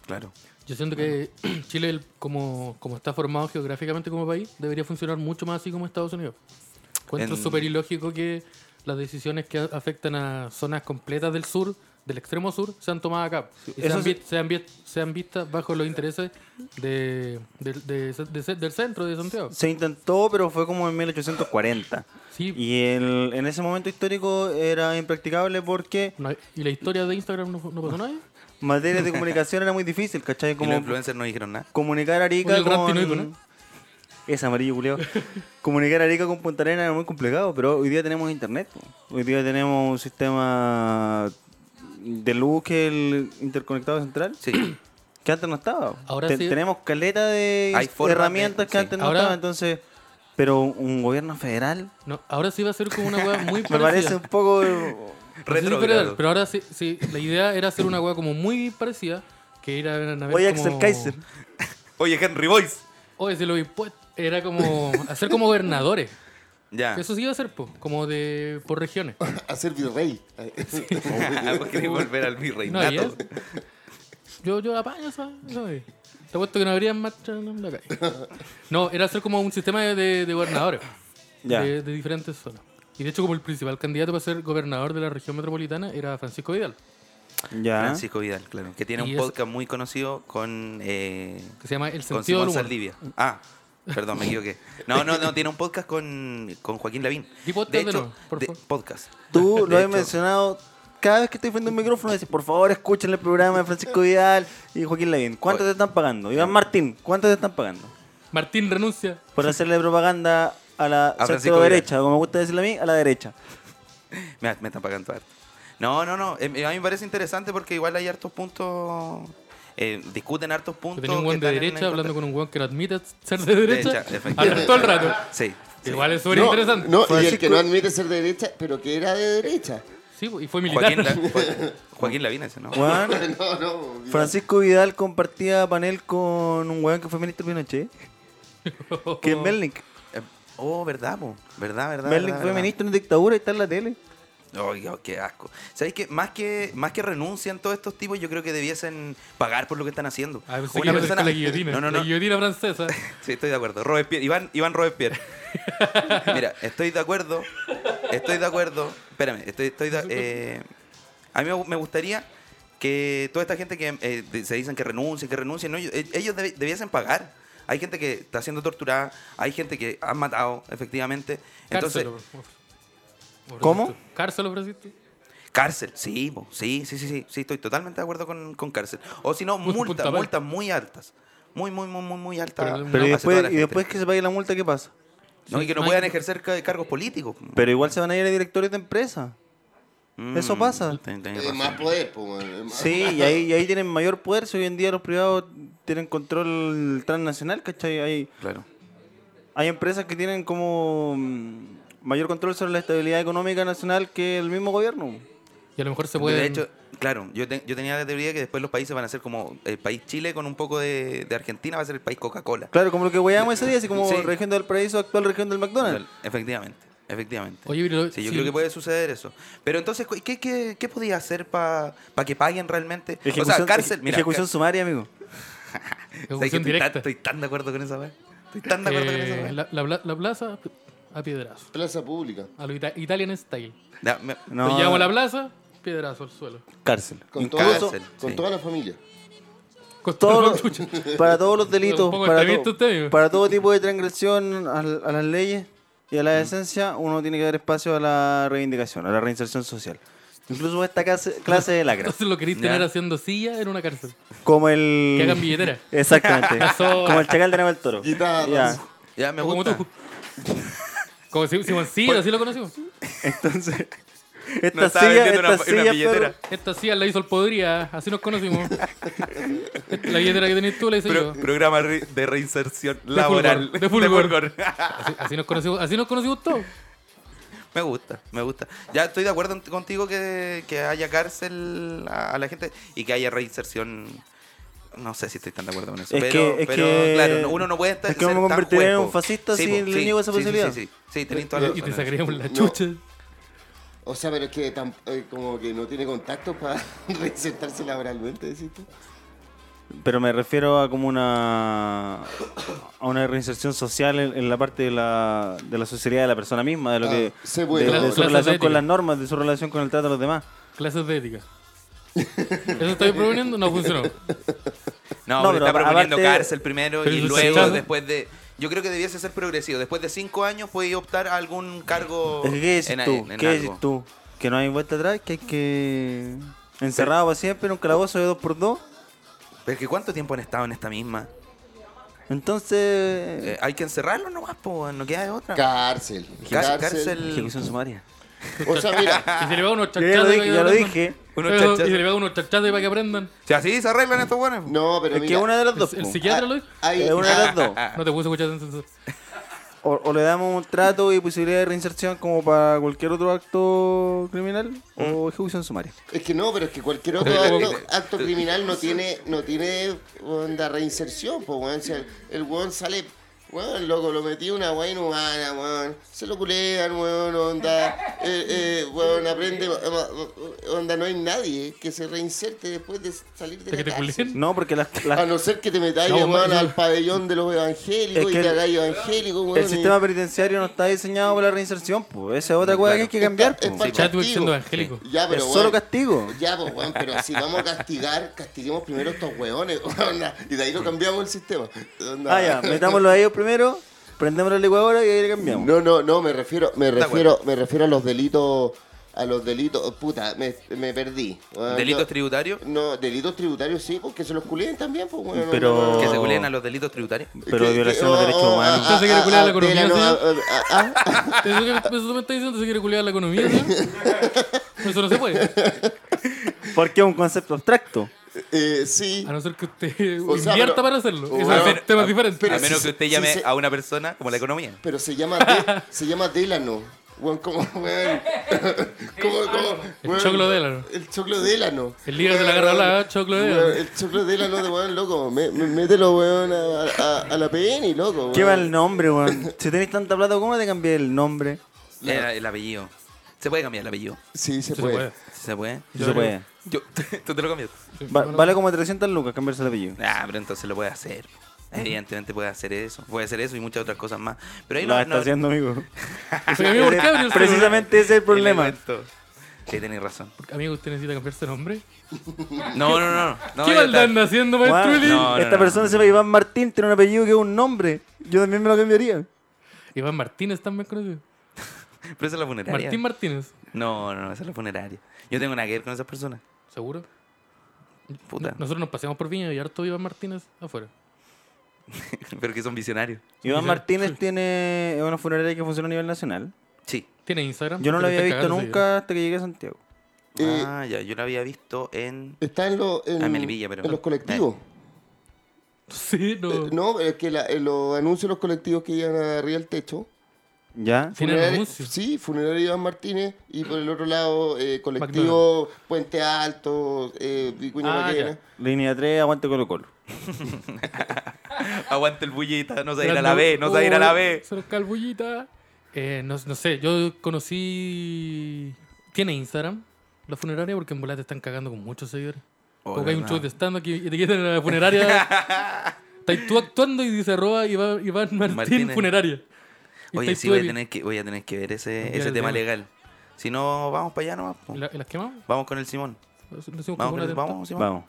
Speaker 6: Claro.
Speaker 4: Yo siento que Chile, el- como, como está formado geográficamente como país, debería funcionar mucho más así como Estados Unidos. Encuentro
Speaker 6: En-
Speaker 4: súper ilógico que las decisiones que a- afectan a zonas completas del sur, del extremo sur, sean tomadas acá. Y
Speaker 5: eso
Speaker 4: sean,
Speaker 5: sí-
Speaker 4: vi- sean vi- sean vistas bajo los intereses de, del- de- de- de- del centro de Santiago.
Speaker 5: Se intentó, pero fue como en 1840.
Speaker 4: Sí.
Speaker 5: Y el- en ese momento histórico era impracticable porque
Speaker 4: No hay- ¿Y la historia de Instagram no, no pasó nada?
Speaker 5: materias de comunicación era muy difícil, ¿cachai?
Speaker 6: Y los
Speaker 5: Como
Speaker 6: influencers no dijeron nada.
Speaker 5: comunicar Arica
Speaker 4: Oye, el
Speaker 5: con...
Speaker 4: Raptinoico, ¿no?
Speaker 5: Es amarillo, culiao. comunicar Arica con Punta Arena era muy complicado, pero hoy día tenemos internet. po. Hoy día tenemos un sistema de luz que es el interconectado central,
Speaker 6: Sí.
Speaker 5: que antes no estaba.
Speaker 4: Ahora
Speaker 5: Te-
Speaker 4: sí.
Speaker 5: Tenemos caleta de
Speaker 6: Hay formas
Speaker 5: herramientas
Speaker 6: de-
Speaker 5: que antes
Speaker 4: sí.
Speaker 5: no
Speaker 4: Ahora-
Speaker 5: estaba, entonces... Pero un gobierno federal
Speaker 4: No, ahora sí va a ser como una hueá muy
Speaker 5: me
Speaker 4: parecida.
Speaker 5: parece un poco...
Speaker 4: No sé si
Speaker 6: Retrógrado.
Speaker 4: federal, pero ahora sí, sí, la idea era hacer una hueá como muy parecida, que era... una vez
Speaker 5: Oye,
Speaker 4: como-
Speaker 5: Axel Kaiser.
Speaker 6: Oye, Henry Boyce.
Speaker 4: Oye, si lo impuestos. Era como hacer como gobernadores.
Speaker 6: Ya.
Speaker 5: Ah.
Speaker 4: Eso sí iba a ser, po, como de por regiones.
Speaker 1: Hacer virrey.
Speaker 6: Vos querés volver al
Speaker 4: No, y
Speaker 6: virreinato.
Speaker 4: es- yo, yo apaño esa. esa vez. Te apuesto que no habría marcha en la calle. No, era hacer como un sistema de, de gobernadores
Speaker 5: Ya.
Speaker 4: de, de diferentes zonas. Y de hecho, como el principal candidato para ser gobernador de la región metropolitana era Francisco Vidal,
Speaker 5: Ya.
Speaker 6: Francisco Vidal, claro. Que tiene
Speaker 4: Y
Speaker 6: un
Speaker 4: es-
Speaker 6: podcast muy conocido con, eh,
Speaker 4: que se llama El
Speaker 6: con
Speaker 4: sentido
Speaker 6: Simón
Speaker 4: del humor.
Speaker 6: Saldivia. Ah, perdón, me equivoqué. No, no, no, tiene un podcast con, con Joaquín Lavín.
Speaker 4: Di podcast
Speaker 6: De
Speaker 4: de
Speaker 6: hecho,
Speaker 4: nuevo, por
Speaker 6: de-
Speaker 4: favor.
Speaker 6: podcast.
Speaker 5: Tú
Speaker 6: De
Speaker 5: lo has
Speaker 6: hecho.
Speaker 5: mencionado cada vez que estoy frente a un micrófono. Dices, por favor, escuchen el programa de Francisco Vidal y Joaquín Lavín. ¿Cuánto te están pagando? Iván Martín, ¿cuánto te están pagando?
Speaker 4: Martín renuncia.
Speaker 5: Por hacerle propaganda a la
Speaker 6: Francisco
Speaker 5: centro derecha, como me gusta decirle a mí, a la derecha.
Speaker 6: Me, me están pagando harto. No, no, no. eh, a mí me parece interesante porque igual hay hartos puntos. eh, discuten hartos puntos.
Speaker 4: Tenía un
Speaker 6: que
Speaker 4: guan de
Speaker 6: están en- en
Speaker 4: derecha hablando
Speaker 6: contra-
Speaker 4: con un guan que no admite ser de derecha.
Speaker 6: derecha, efectivamente.
Speaker 4: Hablan todo el rato.
Speaker 6: Sí.
Speaker 4: Igual es súper
Speaker 1: No,
Speaker 4: interesante.
Speaker 1: No, y el
Speaker 5: Francisco-
Speaker 1: que no admite ser de derecha, pero que era de derecha.
Speaker 4: Sí, po, y fue militar.
Speaker 6: Joaquín, La- Jo- Joaquín Lavín, ese, ¿no?
Speaker 5: Weón,
Speaker 1: No, no.
Speaker 5: Francisco Vidal compartía panel con un weón que fue ministro Pinochet, que es Melnik.
Speaker 6: Eh, Oh, verdad, po. Verdad, verdad.
Speaker 5: Melnik
Speaker 6: verdad,
Speaker 5: fue
Speaker 6: verdad.
Speaker 5: ministro en dictadura y está en la tele.
Speaker 6: Ay, oh, qué asco. ¿Sabéis que más que más que renuncian todos estos tipos, yo creo que debiesen pagar por lo que están haciendo?
Speaker 4: Ah, pensé que iba a decir la guillotina.
Speaker 6: No, no,
Speaker 4: La
Speaker 6: no.
Speaker 4: guillotina francesa.
Speaker 6: Sí, estoy de acuerdo. Robespierre, Iván, Iván Robespierre. Mira, estoy de acuerdo. Estoy de acuerdo. Espérame, estoy, estoy de- eh, a mí me gu- me gustaría que toda esta gente que eh, de- se dicen que renuncien, que renuncien, no, ellos- eh, ellos debi- debiesen pagar. Hay gente que está siendo torturada, hay gente que han matado, efectivamente. Entonces,
Speaker 4: Cárcel. ofreciste.
Speaker 5: ¿Cómo?
Speaker 4: Cárcel ofreciste.
Speaker 6: Cárcel, sí, po, sí, sí, sí, sí, sí, estoy totalmente de acuerdo con, con cárcel. O si no,
Speaker 4: Punto, punto, a
Speaker 6: multas,
Speaker 4: ver.
Speaker 6: multas muy altas. Muy, muy, muy, muy, muy altas.
Speaker 4: Pero-
Speaker 5: Pero y
Speaker 6: hacia toda
Speaker 5: después,
Speaker 6: la
Speaker 5: y
Speaker 6: gente.
Speaker 5: después que se pague la multa, ¿qué pasa?
Speaker 6: No, y que no
Speaker 4: Sí,
Speaker 6: puedan
Speaker 4: hay-
Speaker 6: ejercer ca- cargos políticos.
Speaker 5: Pero igual se van a ir a directores de empresa.
Speaker 6: Mm,
Speaker 5: eso pasa.
Speaker 6: ten- tenés
Speaker 1: Eh,
Speaker 6: razón.
Speaker 1: más poder, po, weón. Más-
Speaker 5: Sí, y ahí, y ahí tienen mayor poder. Si hoy en día los privados tienen control transnacional, ¿cachai? Hay,
Speaker 6: Claro.
Speaker 5: hay empresas que tienen como mm, mayor control sobre la estabilidad económica nacional que el mismo gobierno.
Speaker 4: Y a lo mejor se puede.
Speaker 6: De hecho, claro, yo, te- yo tenía la teoría que después los países van a ser como el país Chile con un poco de, de Argentina, va a ser el país Coca-Cola.
Speaker 5: Claro, como lo que weamos ese día, así como
Speaker 6: Sí.
Speaker 5: región del paraíso, actual región del McDonald's.
Speaker 6: Efectivamente, efectivamente.
Speaker 4: Oye, pero
Speaker 6: Sí, yo
Speaker 4: si-
Speaker 6: creo que puede suceder eso. Pero entonces, ¿cu- ¿qué, qué, qué podía hacer para que paguen realmente? o sea, cárcel,
Speaker 5: eje-
Speaker 6: mira.
Speaker 5: ejecución sumaria, amigo.
Speaker 6: ¿Sabes que
Speaker 4: ejecución
Speaker 6: estoy tan-
Speaker 4: directa.
Speaker 6: Estoy tan de acuerdo con esa weá. Estoy tan de acuerdo con esa
Speaker 4: Eh,
Speaker 6: weá.
Speaker 4: la, la pla- la plaza a piedrazo.
Speaker 1: Plaza pública.
Speaker 4: A lo ita- Italian style.
Speaker 6: Ya, me-
Speaker 5: No,
Speaker 4: Nos llevamos a la plaza, piedrazo al suelo.
Speaker 5: cárcel.
Speaker 1: Con,
Speaker 6: En
Speaker 1: todo-
Speaker 6: cárcel,
Speaker 1: con
Speaker 6: sí.
Speaker 1: toda la familia.
Speaker 4: Con
Speaker 5: Todos
Speaker 4: todo
Speaker 5: los-
Speaker 4: chucha.
Speaker 5: para todos los delitos,
Speaker 4: Pongo
Speaker 5: para,
Speaker 4: esta
Speaker 5: to-
Speaker 4: vista usted, amigo.
Speaker 5: para todo tipo de transgresión a, l- a las leyes y
Speaker 4: Mm.
Speaker 5: a la esencia, uno tiene que dar espacio a la reivindicación, a la reinserción social. Incluso esta clase, clase de lacra.
Speaker 4: Entonces lo queréis
Speaker 6: Ya.
Speaker 4: tener haciendo silla en una cárcel.
Speaker 5: Como el...
Speaker 4: Que hagan billetera.
Speaker 5: Exactamente.
Speaker 4: Eso-
Speaker 5: como el chacal de Naval Toro.
Speaker 1: Guitarra.
Speaker 5: Ya.
Speaker 6: ya me
Speaker 4: O como
Speaker 6: gusta.
Speaker 4: tú. Como si, Simón Silla, así lo conocimos.
Speaker 5: Entonces...
Speaker 6: No
Speaker 5: Esta
Speaker 6: estaba
Speaker 5: silla,
Speaker 6: vendiendo
Speaker 5: esta
Speaker 6: una- una
Speaker 5: silla,
Speaker 6: billetera.
Speaker 5: perro.
Speaker 4: Esta silla la hizo el Podría, así nos conocimos. La billetera que tenés tú la hice
Speaker 6: Pro-
Speaker 4: yo.
Speaker 6: programa re- de reinserción laboral.
Speaker 4: Fulgor, de Fulgor.
Speaker 6: Fulgor.
Speaker 4: Así, así nos conocimos, así nos conocimos todos.
Speaker 6: Me gusta, me gusta. Ya estoy de acuerdo ent- contigo que, que haya cárcel a, a la gente y que haya reinserción. No sé si estoy tan de acuerdo con eso.
Speaker 5: Es
Speaker 6: pero,
Speaker 5: que- es
Speaker 6: pero,
Speaker 5: que-
Speaker 6: claro, uno no puede estar.
Speaker 5: es que me
Speaker 6: ser tan
Speaker 5: convertiré en
Speaker 6: juez,
Speaker 5: un
Speaker 6: po.
Speaker 5: fascista si
Speaker 6: po,
Speaker 5: le niego esa
Speaker 6: sí, sí,
Speaker 5: posibilidad.
Speaker 6: Sí, sí, sí, tenés toda la
Speaker 4: Eh, Y te
Speaker 6: razón.
Speaker 4: sacaríamos la
Speaker 1: No.
Speaker 4: chucha.
Speaker 1: O sea, pero es que tam- eh, como que no tiene contacto para reinsertarse laboralmente, decís tú.
Speaker 5: Pero me refiero a como una a una reinserción social en, en la parte de la, de la sociedad de la persona misma, de lo
Speaker 1: Ah,
Speaker 5: que
Speaker 1: se
Speaker 5: de-
Speaker 1: puede.
Speaker 5: de,
Speaker 1: Claro,
Speaker 5: su
Speaker 4: clase
Speaker 5: relación
Speaker 4: ética.
Speaker 5: con las normas, de su relación con el trato de los demás.
Speaker 4: Clases de ética. Eso estoy proponiendo, no funcionó.
Speaker 6: No,
Speaker 5: No,
Speaker 6: pero
Speaker 5: pero
Speaker 6: está proponiendo
Speaker 5: aparte-
Speaker 6: cárcel primero
Speaker 4: Pero
Speaker 6: y
Speaker 4: eso es
Speaker 6: luego
Speaker 4: rechazo.
Speaker 6: después de. Yo creo que debiese ser progresivo. Después de cinco años puedes optar a algún cargo.
Speaker 5: Es que, ¿Qué decís
Speaker 6: en-
Speaker 5: tú?
Speaker 6: en- en
Speaker 5: ¿Qué
Speaker 6: algo.
Speaker 5: decís tú? Que no hay vuelta atrás, que hay que encerrado para siempre en un calabozo de dos por dos.
Speaker 6: Pero es que ¿cuánto tiempo han estado en esta misma?
Speaker 5: Entonces,
Speaker 6: Eh, hay que encerrarlo nomás, po, no queda de otra.
Speaker 1: Cárcel.
Speaker 6: Cá-
Speaker 1: Cárcel.
Speaker 6: mm.
Speaker 5: ejecución sumaria.
Speaker 1: O sea, mira,
Speaker 4: Y se le va unos
Speaker 5: Yo ya lo
Speaker 4: chachazos.
Speaker 5: dije, ya lo dije.
Speaker 6: Unos
Speaker 4: Pero-
Speaker 6: chachazos.
Speaker 4: Y se le va unos chachazos para que aprendan.
Speaker 6: O sea, así se arreglan estos buenos.
Speaker 1: no, pero
Speaker 5: Es que
Speaker 1: mira.
Speaker 5: una de las
Speaker 4: El,
Speaker 5: dos.
Speaker 4: el
Speaker 5: po.
Speaker 4: psiquiatra lo dijo.
Speaker 1: hay-
Speaker 5: Es una de las dos.
Speaker 4: No te puse escuchar entonces.
Speaker 5: O, o le damos un trato y posibilidad de reinserción como para cualquier otro acto criminal o
Speaker 6: Mm.
Speaker 5: ejecución sumaria.
Speaker 1: Es que no, pero es que cualquier otro
Speaker 4: Pero-
Speaker 1: acto, acto criminal no tiene, no tiene onda reinserción, pues weón. Si el, el weón sale, weón, loco, lo metí una weá inhumana, weón. Se lo culean, weón, onda, eh, eh, weón, aprende, eh, eh, onda, no hay nadie que se reinserte después de salir
Speaker 4: ¿De
Speaker 1: de
Speaker 4: que
Speaker 1: la
Speaker 4: te
Speaker 1: cárcel.
Speaker 4: culen?
Speaker 5: No, porque las, las-
Speaker 1: A Ah, no ser que te metáis,
Speaker 4: No,
Speaker 1: weón,
Speaker 4: ma-
Speaker 1: al pabellón de los evangélicos
Speaker 5: Es que
Speaker 1: y te
Speaker 5: el-
Speaker 1: hagáis evangélico, weón.
Speaker 5: El sistema penitenciario no está diseñado para la reinserción, pues. Esa es otra cosa que hay que cambiar,
Speaker 1: Es
Speaker 5: po.
Speaker 1: pa-
Speaker 5: Es,
Speaker 4: Chadwick siendo
Speaker 1: Castigo.
Speaker 4: evangélico.
Speaker 1: y... Ya, pero
Speaker 5: solo
Speaker 1: weón,
Speaker 5: castigo.
Speaker 1: Ya, pues, weón, pero si vamos a castigar, castiguemos primero a estos weones, weón, na- y de ahí lo cambiamos el sistema. Onda.
Speaker 5: Ah, ya, metámoslo a ellos primero, prendemos la licuadora y ahí le cambiamos.
Speaker 1: No, no, no, me refiero, me
Speaker 6: Está
Speaker 1: refiero, me refiero a los delitos, a los delitos, oh, puta, me, me perdí. weón,
Speaker 6: ¿Delitos
Speaker 1: yo-
Speaker 6: tributarios?
Speaker 1: No, delitos tributarios sí, porque se los culen también, pues, weón. no,
Speaker 5: Pero-
Speaker 1: no, no.
Speaker 6: Que se
Speaker 5: Oh.
Speaker 6: culen a los delitos tributarios.
Speaker 5: Pero
Speaker 1: Que-
Speaker 5: violación
Speaker 1: que-
Speaker 5: a los
Speaker 1: oh,
Speaker 5: derechos
Speaker 1: oh,
Speaker 5: humanos.
Speaker 1: ah,
Speaker 4: Usted se quiere
Speaker 1: ah,
Speaker 4: culiar
Speaker 1: ah,
Speaker 4: la economía,
Speaker 1: de no-
Speaker 4: señor.
Speaker 1: ah, ah, ah, ah.
Speaker 4: Eso, que, eso tú me estás diciendo, se quiere culiar la economía, ¿no? Eso no se puede.
Speaker 6: oh.
Speaker 5: Porque es un concepto abstracto.
Speaker 1: Eh, sí.
Speaker 4: A Ah, no ser que usted
Speaker 1: O sea,
Speaker 4: invierta
Speaker 1: pero-
Speaker 4: para hacerlo.
Speaker 1: Bueno,
Speaker 4: Esos son temas
Speaker 6: A
Speaker 4: diferentes.
Speaker 1: pero-
Speaker 6: menos
Speaker 1: si
Speaker 6: que usted
Speaker 1: se-
Speaker 6: llame
Speaker 1: si se-
Speaker 6: a una persona como la economía.
Speaker 1: Pero se llama, de- se llama Delano. Weón, como, weón. Como, como,
Speaker 4: El
Speaker 1: weón.
Speaker 4: choclo Delano.
Speaker 1: El choclo Delano.
Speaker 4: El líder de la guerra hablada, choclo Delano.
Speaker 1: Weón, El choclo Delano de weón, loco. Me- me- mételo, weón, a, a- a la PN, loco. Weón.
Speaker 5: Qué mal nombre, weón. Si tenés tanta plata, ¿cómo te cambié el nombre?
Speaker 6: Era Eh, el apellido. Se puede cambiar el apellido.
Speaker 1: Sí,
Speaker 4: Sí se
Speaker 6: pues,
Speaker 1: se puede.
Speaker 4: puede.
Speaker 6: Se puede.
Speaker 5: No se puede.
Speaker 6: Yo, tú te lo cambias.
Speaker 5: Va- vale como 300 lucas cambiarse el apellido.
Speaker 6: Ah, pero entonces lo puede hacer.
Speaker 5: Eh.
Speaker 6: Evidentemente puede hacer eso. Puede hacer eso y muchas otras cosas más. Pero ahí
Speaker 5: Lo
Speaker 6: no,
Speaker 5: está
Speaker 6: no-
Speaker 5: haciendo, amigo.
Speaker 4: Se cambió por cable, el celular.
Speaker 5: Precisamente ese es el
Speaker 6: en el
Speaker 5: problema.
Speaker 6: momento. Sí, tenéis razón.
Speaker 4: Amigo, usted necesita cambiarse de nombre.
Speaker 6: No, no, no. no
Speaker 4: ¿Qué
Speaker 6: ya
Speaker 4: maldad
Speaker 6: está.
Speaker 4: anda haciendo, maestro
Speaker 5: Juan,
Speaker 4: Eli?
Speaker 6: no.
Speaker 5: esta persona se llama Iván Martín, tiene un apellido que es un nombre. Yo también me lo cambiaría.
Speaker 4: Iván Martínez también conocido.
Speaker 6: Pero esa es la funeraria.
Speaker 4: Martín Martínez,
Speaker 6: No, no, no, esa es la funeraria. Yo tengo una que ver con esas personas.
Speaker 4: seguro.
Speaker 6: Puta.
Speaker 4: Nosotros nos paseamos por Viña y harto Iván Martínez afuera.
Speaker 6: Pero que son visionarios.
Speaker 5: Iván
Speaker 4: Sí.
Speaker 5: Martínez tiene es una funeraria que funciona a nivel nacional.
Speaker 6: Sí.
Speaker 4: ¿Tiene Instagram?
Speaker 5: Yo no
Speaker 4: Porque le
Speaker 5: lo había
Speaker 4: está
Speaker 5: visto
Speaker 4: cagando
Speaker 5: nunca hasta que llegué a Santiago.
Speaker 1: Eh,
Speaker 6: ah, ya, yo la había visto en.
Speaker 1: Está en, lo- en-
Speaker 6: Ah, en Melipilla, pero-
Speaker 1: en los colectivos.
Speaker 4: seguidores. Sí, no.
Speaker 1: Eh, no, es que la- eh, los anuncios de los colectivos que llegan arriba del techo.
Speaker 5: ¿Ya?
Speaker 4: Tiene
Speaker 1: Funeraria-
Speaker 4: anuncio.
Speaker 1: sí, Funeraria Iván Martínez y por el otro lado, eh, colectivo Puente Alto, eh, Vicuña
Speaker 4: Ah,
Speaker 1: Maquena.
Speaker 4: ya.
Speaker 5: Línea 3, aguante Colo Colo.
Speaker 6: Aguanta el bullita, no se va a ir a la B, no se va a ir a la B.
Speaker 4: Se los calbullita. Eh, no, no sé, yo conocí. ¿Tiene Instagram la funeraria? Porque en volada te están cagando con muchos seguidores.
Speaker 6: Oh,
Speaker 4: Como que hay un
Speaker 6: verdad.
Speaker 4: show de stand que y te quitan en la funeraria. estás tú actuando y dice arroba Iván, Iván Martín
Speaker 6: Martínez.
Speaker 4: funeraria. Y
Speaker 6: Oye,
Speaker 4: estás
Speaker 6: sí,
Speaker 4: tú
Speaker 6: voy a,
Speaker 4: ahí-
Speaker 6: tener que, voy a tener que ver ese,
Speaker 4: Día
Speaker 6: ese
Speaker 4: del
Speaker 6: tema
Speaker 4: día.
Speaker 6: legal. Si no, vamos para allá nomás. po.
Speaker 4: ¿La- ¿Las quemamos?
Speaker 6: Vamos con el Simón.
Speaker 4: Nos hicimos como
Speaker 6: Vamos,
Speaker 4: una
Speaker 6: con el-
Speaker 4: atenta-
Speaker 6: vamos, Simón.
Speaker 5: Vamos,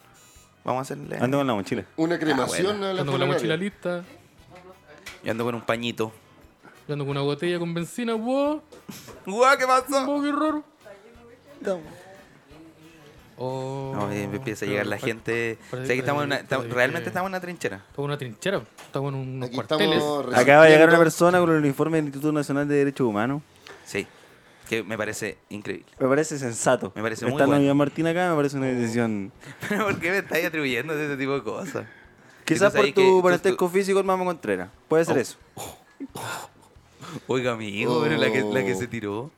Speaker 6: Vamos a hacerle.
Speaker 5: ando con la mochila.
Speaker 1: Una cremación a la
Speaker 4: Ando con la
Speaker 1: funeraria.
Speaker 4: mochila lista,
Speaker 6: Yo ando con un pañito.
Speaker 4: yo ando con una botella con benzina. ¡Wow!
Speaker 6: ¡Guau, qué pasó!
Speaker 4: ¡Wow, qué raro! Oh,
Speaker 6: No, eh, empieza a llegar la
Speaker 4: pero-
Speaker 6: gente.
Speaker 4: parece-
Speaker 6: Sé que estamos en una-
Speaker 4: parece
Speaker 6: estamos-
Speaker 4: que-
Speaker 6: realmente estamos en una trinchera.
Speaker 4: Estamos en una trinchera, estamos en unos
Speaker 1: Aquí
Speaker 4: cuarteles.
Speaker 1: estamos resistiendo.
Speaker 5: Acaba de llegar una persona con el uniforme del Instituto Nacional de Derechos Humanos.
Speaker 6: Sí. Que me parece increíble.
Speaker 5: Me parece sensato.
Speaker 6: Me parece muy
Speaker 5: Estando
Speaker 6: bueno. Oh.
Speaker 5: Iván Martín acá, me parece una decisión.
Speaker 6: Pero ¿por qué me estáis atribuyendo ese tipo de cosas?
Speaker 5: Quizás por
Speaker 6: tú sabes que-
Speaker 5: tu
Speaker 6: tú-
Speaker 5: parentesco
Speaker 6: tú-
Speaker 5: físico, hermano Contreras. Puede ser
Speaker 6: Oh.
Speaker 5: eso.
Speaker 6: Oiga, amigo, pero la que, la que
Speaker 5: Oh.
Speaker 6: se tiró.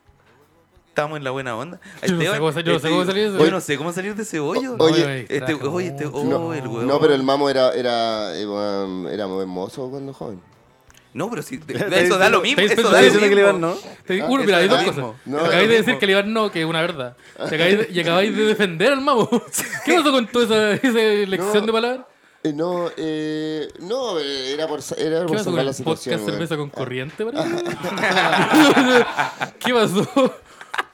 Speaker 6: Estamos en la buena onda.
Speaker 4: Yo no sé
Speaker 6: Esteban,
Speaker 4: cómo sa- yo no sé cómo salir de ese-
Speaker 6: Yo no sé cómo salir de ese hoyo.
Speaker 1: O- oye,
Speaker 4: me
Speaker 6: este,
Speaker 4: distraje
Speaker 6: oye, este, oh,
Speaker 4: mucho.
Speaker 6: el huevo.
Speaker 1: No, pero el mamo era, era, eh, um, era muy hermoso cuando joven.
Speaker 6: No, pero si te-
Speaker 5: Estáis
Speaker 6: eso da lo
Speaker 4: diciendo-
Speaker 6: mismo.
Speaker 4: estáis
Speaker 6: Eso da
Speaker 5: ¿Estás
Speaker 4: pensando
Speaker 6: lo
Speaker 5: diciendo que le van,
Speaker 6: mismo.
Speaker 5: no?
Speaker 4: Te digo,
Speaker 1: Ah,
Speaker 4: uno, mira, hay
Speaker 1: eso
Speaker 4: dos
Speaker 1: es lo
Speaker 4: cosas.
Speaker 1: mismo. No,
Speaker 4: Te
Speaker 1: es
Speaker 4: acabáis
Speaker 1: lo
Speaker 4: de decir
Speaker 6: mismo.
Speaker 4: que le iban no, que es una verdad. Te acabáis de, y acabáis de defender al mago. ¿Qué pasó con toda esa, esa elección
Speaker 1: No.
Speaker 4: de palabras?
Speaker 1: Eh, no, eh, no, eh, era por, sa- era
Speaker 4: ¿Qué
Speaker 1: por
Speaker 4: pasó con
Speaker 1: salvar la
Speaker 4: el
Speaker 1: situación. Ah.
Speaker 4: podcast
Speaker 1: weón.
Speaker 4: cerveza con corriente? parece? ¿Qué pasó?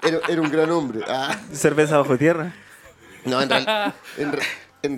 Speaker 1: Era, era un gran hombre. Ah,
Speaker 5: Cerveza bajo tierra.
Speaker 1: no, en, real- en re- en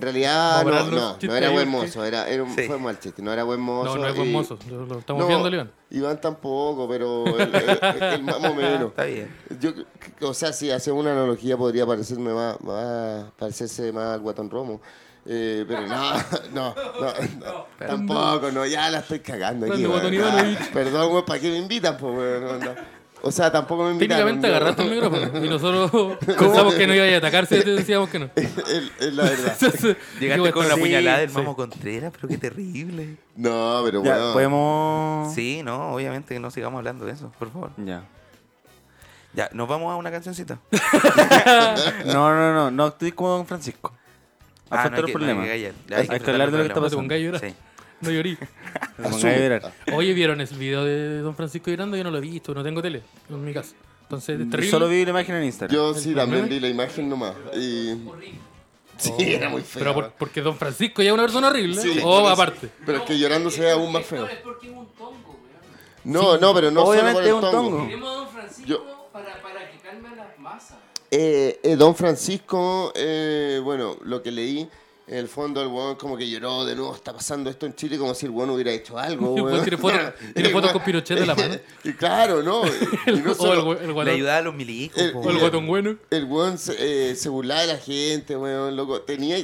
Speaker 4: Vamos
Speaker 1: realidad
Speaker 4: a
Speaker 1: no,
Speaker 4: hablar los
Speaker 1: no, no
Speaker 4: chistes
Speaker 1: era
Speaker 4: ahí,
Speaker 1: buen
Speaker 4: porque-
Speaker 1: mozo, era, era un,
Speaker 6: Sí.
Speaker 1: fue un mal chiste, no era buen mozo.
Speaker 4: No, no es buen
Speaker 1: y-
Speaker 4: mozo. Lo, lo estamos
Speaker 1: No,
Speaker 4: viendo, León.
Speaker 1: Iván tampoco, pero el, el- el mamo menos.
Speaker 6: Está bien.
Speaker 1: Yo, c- o sea, si hacemos una analogía podría parecerme más, más- parecerse más al guatón Romo. Eh, pero no, no, no, no, tampoco, no, ya la estoy cagando aquí.
Speaker 4: Grande
Speaker 1: weón.
Speaker 4: Guatón Ivanovich.
Speaker 1: Ah, perdón, weón, ¿para qué me invitan? po, weón? No, no. O sea, tampoco me invitan.
Speaker 4: Técnicamente agarraste el micrófono y nosotros pensamos que no iba a atacarse y te decíamos que no.
Speaker 1: Es la verdad.
Speaker 4: Entonces,
Speaker 6: Llegaste
Speaker 4: digo,
Speaker 6: con la
Speaker 4: sí,
Speaker 6: puñalada del
Speaker 4: sí.
Speaker 6: Mamo Contreras, pero qué terrible.
Speaker 1: No, pero
Speaker 5: Ya,
Speaker 1: bueno.
Speaker 5: podemos.
Speaker 6: Sí, no, obviamente que no sigamos hablando de eso, por favor.
Speaker 5: Ya.
Speaker 6: Ya, nos vamos a una cancioncita.
Speaker 5: No, no, no, no estoy como Don Francisco.
Speaker 6: Ah,
Speaker 5: Afronta
Speaker 6: no hay
Speaker 5: los
Speaker 6: que- no hay
Speaker 5: problemas.
Speaker 6: que callar.
Speaker 5: Hay que hablar de lo que está
Speaker 6: tratar
Speaker 4: pasando. Te
Speaker 6: los problemas.
Speaker 4: pongáis a llorar.
Speaker 6: Sí.
Speaker 4: No llorí.
Speaker 5: Me pongo a
Speaker 1: Asume.
Speaker 5: llorar.
Speaker 4: Oye, ¿vieron el video de Don Francisco llorando? Yo no lo he visto, no tengo tele en mi casa. Entonces, es terrible.
Speaker 5: Solo vi la imagen en Instagram.
Speaker 1: Yo sí también
Speaker 4: meme?
Speaker 1: vi la imagen nomás. Y... Sí, era muy feo.
Speaker 4: Pero por- porque Don Francisco ya es una persona horrible.
Speaker 1: Sí,
Speaker 4: o
Speaker 1: por eso.
Speaker 4: Oh, aparte.
Speaker 1: Pero es que llorando se ve aún más feo. No, no, pero no
Speaker 5: Obviamente es
Speaker 1: solo
Speaker 5: un
Speaker 1: por el tongo.
Speaker 5: tongo.
Speaker 7: Queremos a Don Francisco
Speaker 1: Yo-
Speaker 7: para, para que calme a las masas.
Speaker 1: Eh, eh, Don Francisco, eh, bueno, lo que leí, en el fondo el weón como que lloró de nuevo, está pasando esto en Chile como si el weón hubiera hecho algo.
Speaker 4: El weón
Speaker 1: weón.
Speaker 4: Pues, tiene foto- tiene
Speaker 1: El
Speaker 4: foto
Speaker 1: weón-
Speaker 4: con Pinochet de la mano.
Speaker 1: Y claro, ¿no? Y
Speaker 4: El,
Speaker 1: no
Speaker 4: o el,
Speaker 1: solo-
Speaker 4: gua- el
Speaker 6: Le
Speaker 4: guatón.
Speaker 6: ayudaba a los milicos.
Speaker 1: Eh,
Speaker 6: po,
Speaker 4: o el
Speaker 1: eh,
Speaker 6: weón.
Speaker 4: guatón bueno.
Speaker 1: El weón se, eh, se burlaba de la gente, weón, loco. Tenía,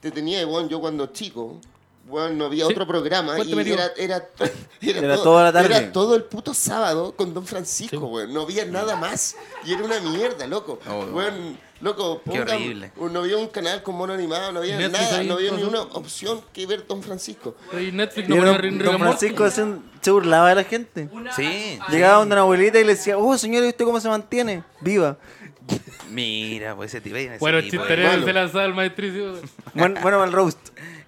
Speaker 1: te tenía, weón, yo cuando chico, weón, no había
Speaker 4: Sí.
Speaker 1: otro programa
Speaker 4: Cuéntame,
Speaker 1: y
Speaker 4: tío.
Speaker 1: era, era, to- era
Speaker 5: Era toda la tarde.
Speaker 1: Era todo el puto sábado con Don Francisco,
Speaker 4: Sí.
Speaker 1: weón. No había nada más y era una mierda, loco.
Speaker 6: Oh, weón.
Speaker 1: weón, loco,
Speaker 6: Qué
Speaker 1: pongan-
Speaker 6: horrible.
Speaker 1: no había un canal con mono animado, no había
Speaker 4: Netflix
Speaker 1: nada,
Speaker 4: ahí,
Speaker 1: no había
Speaker 4: todo
Speaker 1: ni
Speaker 4: eso.
Speaker 1: una opción que ver Don Francisco.
Speaker 4: Y Netflix
Speaker 5: Y
Speaker 4: no
Speaker 5: don,
Speaker 4: pone Rick
Speaker 5: don
Speaker 4: and Morty.
Speaker 5: Francisco hacen- se burlaba de la gente.
Speaker 6: Sí.
Speaker 5: Llegaba donde una abuelita y le decía, oh señor, ¿y usted cómo se mantiene? Viva.
Speaker 6: Mira, pues ese tipo. ese
Speaker 4: Bueno,
Speaker 6: tipo, eh.
Speaker 4: chistereo
Speaker 1: malo.
Speaker 4: se la sabe el maestricio.
Speaker 5: Buen- bueno, mal roast.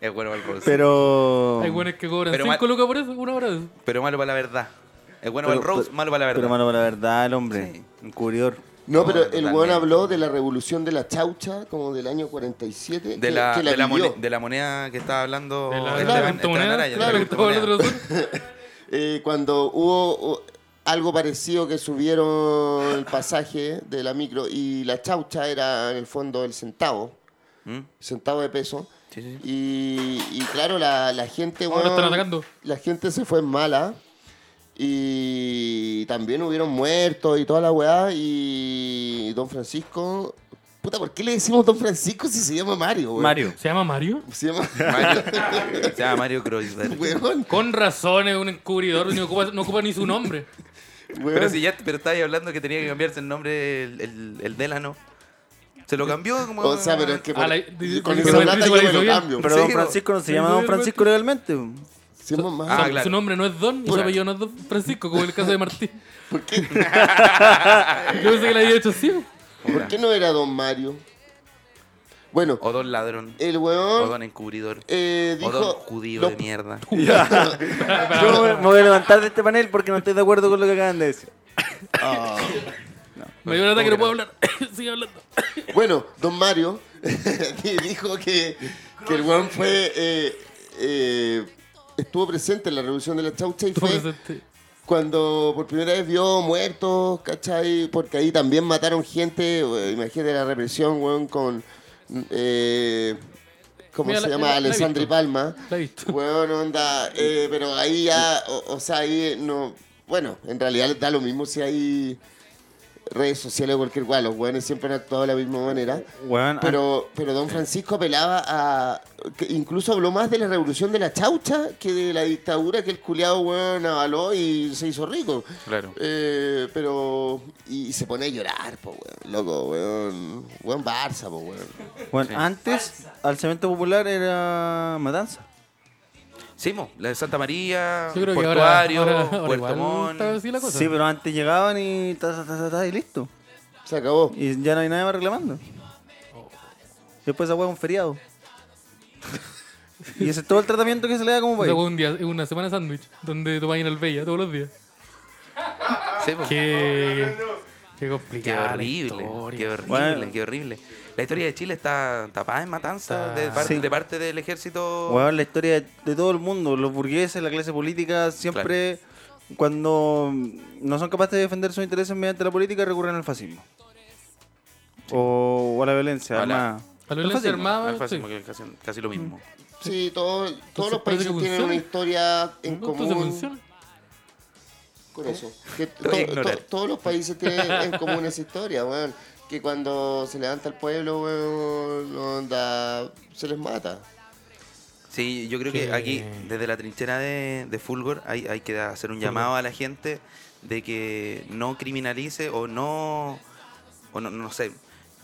Speaker 6: Es bueno para el roast. Pero,
Speaker 5: Pero.
Speaker 4: Hay buenos que cobran
Speaker 6: Pero
Speaker 4: 5
Speaker 6: mal-
Speaker 4: lucas por eso, una hora de eso.
Speaker 6: malo para la verdad. Es bueno
Speaker 5: pero-
Speaker 6: para el roast,
Speaker 5: pero-
Speaker 6: malo para la verdad.
Speaker 5: Pero malo para la verdad, el hombre.
Speaker 6: Sí.
Speaker 5: Un cubridor.
Speaker 1: No, pero
Speaker 6: Oh,
Speaker 1: el
Speaker 6: totalmente.
Speaker 1: weón habló de la revolución de la chaucha, como del año 47,
Speaker 6: de,
Speaker 1: que,
Speaker 6: la,
Speaker 1: que
Speaker 6: de, la
Speaker 1: vivió.
Speaker 6: mone- de la moneda que estaba hablando
Speaker 4: De la,
Speaker 6: Esteban-
Speaker 4: de la
Speaker 6: Esteban
Speaker 4: criptomoneda,
Speaker 6: Araya, de la
Speaker 4: claro, que estaba
Speaker 6: criptomoneda.
Speaker 4: hablando de los otros.
Speaker 1: Eh, cuando hubo o- algo parecido que subieron el pasaje de la micro y la chaucha era en el fondo el centavo,
Speaker 6: ¿Mm?
Speaker 1: centavo de peso.
Speaker 6: Sí, sí, sí.
Speaker 1: Y, y claro, la, la gente.
Speaker 4: Ahora
Speaker 1: weón,
Speaker 4: están atacando.
Speaker 1: La gente se fue en mala. Y también hubieron muertos y toda la weá. Y Don Francisco. Puta, ¿por qué le decimos Don Francisco si se llama Mario, weón?
Speaker 5: Mario.
Speaker 4: ¿Se llama Mario?
Speaker 1: Se llama.
Speaker 6: Mario, se llama Mario Kreuzberg.
Speaker 1: weón,
Speaker 4: Con razón es un encubridor, no ocupa, no ocupa ni su nombre.
Speaker 1: weón.
Speaker 6: Pero si ya pero estabais hablando que tenía que cambiarse el nombre el, el, el Delano. Se lo cambió como.
Speaker 1: O sea, pero es que.
Speaker 4: A la-
Speaker 1: con
Speaker 4: pero
Speaker 1: esa
Speaker 4: el príncipe
Speaker 1: plata yo
Speaker 4: la
Speaker 1: me
Speaker 4: hizo
Speaker 1: lo
Speaker 4: bien.
Speaker 1: cambio.
Speaker 5: Pero
Speaker 6: Sí,
Speaker 5: Don
Speaker 6: po.
Speaker 5: Francisco no se llama Don Francisco legalmente. po.
Speaker 1: Se llama Mario.
Speaker 6: Ah,
Speaker 4: Su-
Speaker 6: claro.
Speaker 4: Su nombre no es Don y su
Speaker 1: Pura.
Speaker 4: apellido no es Don Francisco, como en el caso de Martín. ¿Por qué? Yo pensé que le había hecho así.
Speaker 1: ¿Por qué no era Don Mario? Bueno,
Speaker 6: O don ladrón.
Speaker 1: el
Speaker 6: O
Speaker 1: weón
Speaker 6: don encubridor.
Speaker 1: eh,
Speaker 6: O
Speaker 1: dijo.
Speaker 6: don judío
Speaker 1: los-
Speaker 6: de mierda.
Speaker 5: Yo me me voy a levantar de este panel porque no estoy de acuerdo con lo que acaban de decir.
Speaker 4: Me dio un ataque que no puedo hablar. Sigue hablando.
Speaker 1: Bueno, don Mario que dijo que, que el weón fue. eh, eh, estuvo presente en la revolución de la chaucha y
Speaker 4: Tú
Speaker 1: fue
Speaker 4: presente.
Speaker 1: cuando por primera vez vio muertos, ¿cachai? Porque ahí también mataron gente. eh, Imagínate la represión, weón, con. eh, ¿Cómo
Speaker 4: Mira,
Speaker 1: se
Speaker 4: la-
Speaker 1: llama?
Speaker 4: la- la he
Speaker 1: Alessandri
Speaker 4: visto.
Speaker 1: Palma.
Speaker 4: La he visto.
Speaker 1: Weón, onda. eh, pero ahí ya. O, o sea, ahí no. Bueno, en realidad da lo mismo si hay redes sociales o cualquier cual. Los weones siempre han actuado de la misma manera.
Speaker 5: Weón,
Speaker 1: Pero, pero don Francisco apelaba a. que incluso habló más de la revolución de la chaucha que de la dictadura que el culiado weón avaló y se hizo rico.
Speaker 6: Claro.
Speaker 1: Eh, pero. Y, se pone a llorar, po, weón. Loco, weón. Weón Barça, po, weón.
Speaker 5: Bueno, antes al cemento popular era matanza.
Speaker 6: Sí, mo, la de Santa María,
Speaker 4: Yo creo que ahora,
Speaker 6: Portuario,
Speaker 4: ahora, ahora
Speaker 6: Puerto
Speaker 4: igual
Speaker 6: Montt.
Speaker 4: está así la cosa.
Speaker 5: Sí, pero antes llegaban y ta, ta, ta, ta, ta, y listo.
Speaker 1: Se acabó.
Speaker 5: Y ya no hay nadie más reclamando. Después esa hueá es un feriado. y ese es todo el tratamiento que se le da como
Speaker 4: O sea,
Speaker 5: país.
Speaker 4: fue un día, una semana sándwich, donde tomáis en el Bella todos los días.
Speaker 6: Sí, po.
Speaker 4: Qué, qué
Speaker 6: Qué
Speaker 4: complicado.
Speaker 6: horrible, qué horrible,
Speaker 5: Bueno.
Speaker 6: qué horrible. La historia de Chile está tapada en matanza de, par-
Speaker 5: Sí.
Speaker 6: de parte del ejército.
Speaker 5: Weón, la historia de, de todo el mundo, los burgueses, la clase política, siempre cuando no son capaces de defender sus intereses mediante la política recurren al fascismo. O, o a la violencia,
Speaker 6: A la-
Speaker 5: armada.
Speaker 4: A lo
Speaker 5: El
Speaker 4: violencia
Speaker 5: fascismo.
Speaker 4: armada,
Speaker 6: Al fascismo,
Speaker 4: sí.
Speaker 6: que es casi, casi lo mismo.
Speaker 1: Sí, todo- todos los
Speaker 4: parece
Speaker 1: países
Speaker 4: que
Speaker 1: tienen
Speaker 4: funciona.
Speaker 1: una historia en
Speaker 4: No, entonces
Speaker 1: común.
Speaker 4: funciona.
Speaker 1: Con eso. Que
Speaker 6: Estoy
Speaker 1: to-
Speaker 6: ignorante.
Speaker 1: to- todos los países tienen en común esa historia, weón. Que cuando se levanta el pueblo, weón, onda, se les mata.
Speaker 6: Sí, yo creo que
Speaker 4: Que-
Speaker 6: aquí, desde la trinchera de, de Fulgor, hay, hay que hacer un llamado a la gente de que no criminalice o no, o no, no sé,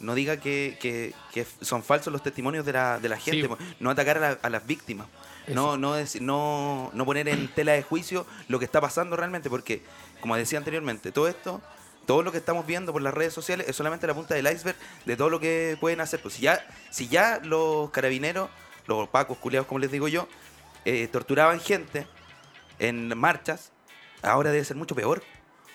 Speaker 6: no diga que, que- que f- son falsos los testimonios de la, de la gente,
Speaker 4: Sí.
Speaker 6: po. no atacar a, la- a las víctimas, no, no, deci- no, no poner en tela de juicio lo que está pasando realmente, porque, como decía anteriormente, todo esto... Todo lo que estamos viendo por las redes sociales es solamente la punta del iceberg de todo lo que pueden hacer. Pues si ya, si ya los carabineros los opacos, culiados, como les digo yo, eh, torturaban gente en marchas, ahora debe ser mucho peor.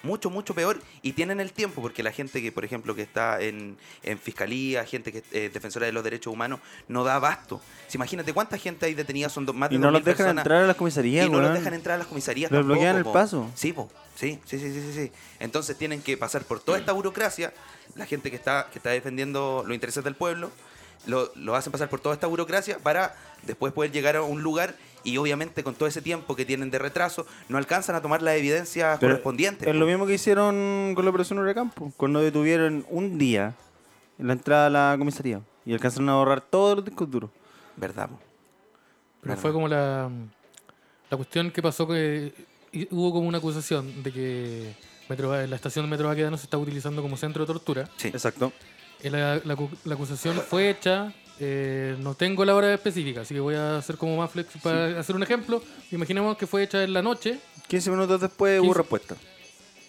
Speaker 6: Mucho, mucho peor. Y tienen el tiempo, porque la gente que, por ejemplo, que está en, en fiscalía, gente que es eh, defensora de los derechos humanos, no da abasto. Si imagínate cuánta gente hay detenida, son do- más de
Speaker 5: Y no
Speaker 6: 2.000
Speaker 5: los dejan
Speaker 6: personas.
Speaker 5: entrar a las comisarías,
Speaker 6: Y no los
Speaker 5: weón.
Speaker 6: dejan entrar a las comisarías.
Speaker 5: Les
Speaker 6: tampoco,
Speaker 5: bloquean el
Speaker 6: po.
Speaker 5: paso.
Speaker 6: Sí, po. Sí, sí, sí, sí, sí, sí. Entonces tienen que pasar por toda esta burocracia, la gente que está, que está defendiendo los intereses del pueblo, lo, lo hacen pasar por toda esta burocracia para después poder llegar a un lugar y obviamente con todo ese tiempo que tienen de retraso, no alcanzan a tomar las evidencias
Speaker 5: Pero
Speaker 6: correspondientes.
Speaker 5: Es lo mismo que hicieron con la operación Huracán, po, cuando detuvieron un día la entrada a la comisaría y alcanzaron a borrar todos los discos duros.
Speaker 6: ¿Verdad? po?
Speaker 4: Pero
Speaker 6: Claro.
Speaker 4: fue como la, la cuestión que pasó que y- hubo como una acusación de que Metro- la estación de Metro Baquedano se está utilizando como centro de tortura.
Speaker 6: Sí.
Speaker 5: Exacto.
Speaker 4: Eh, La, la acu- la acusación fue hecha, eh, no tengo la hora específica, así que voy a hacer como más flex para hacer un ejemplo. Imaginemos que fue hecha en la noche,
Speaker 5: 15 minutos después hubo
Speaker 4: 15.
Speaker 5: respuesta.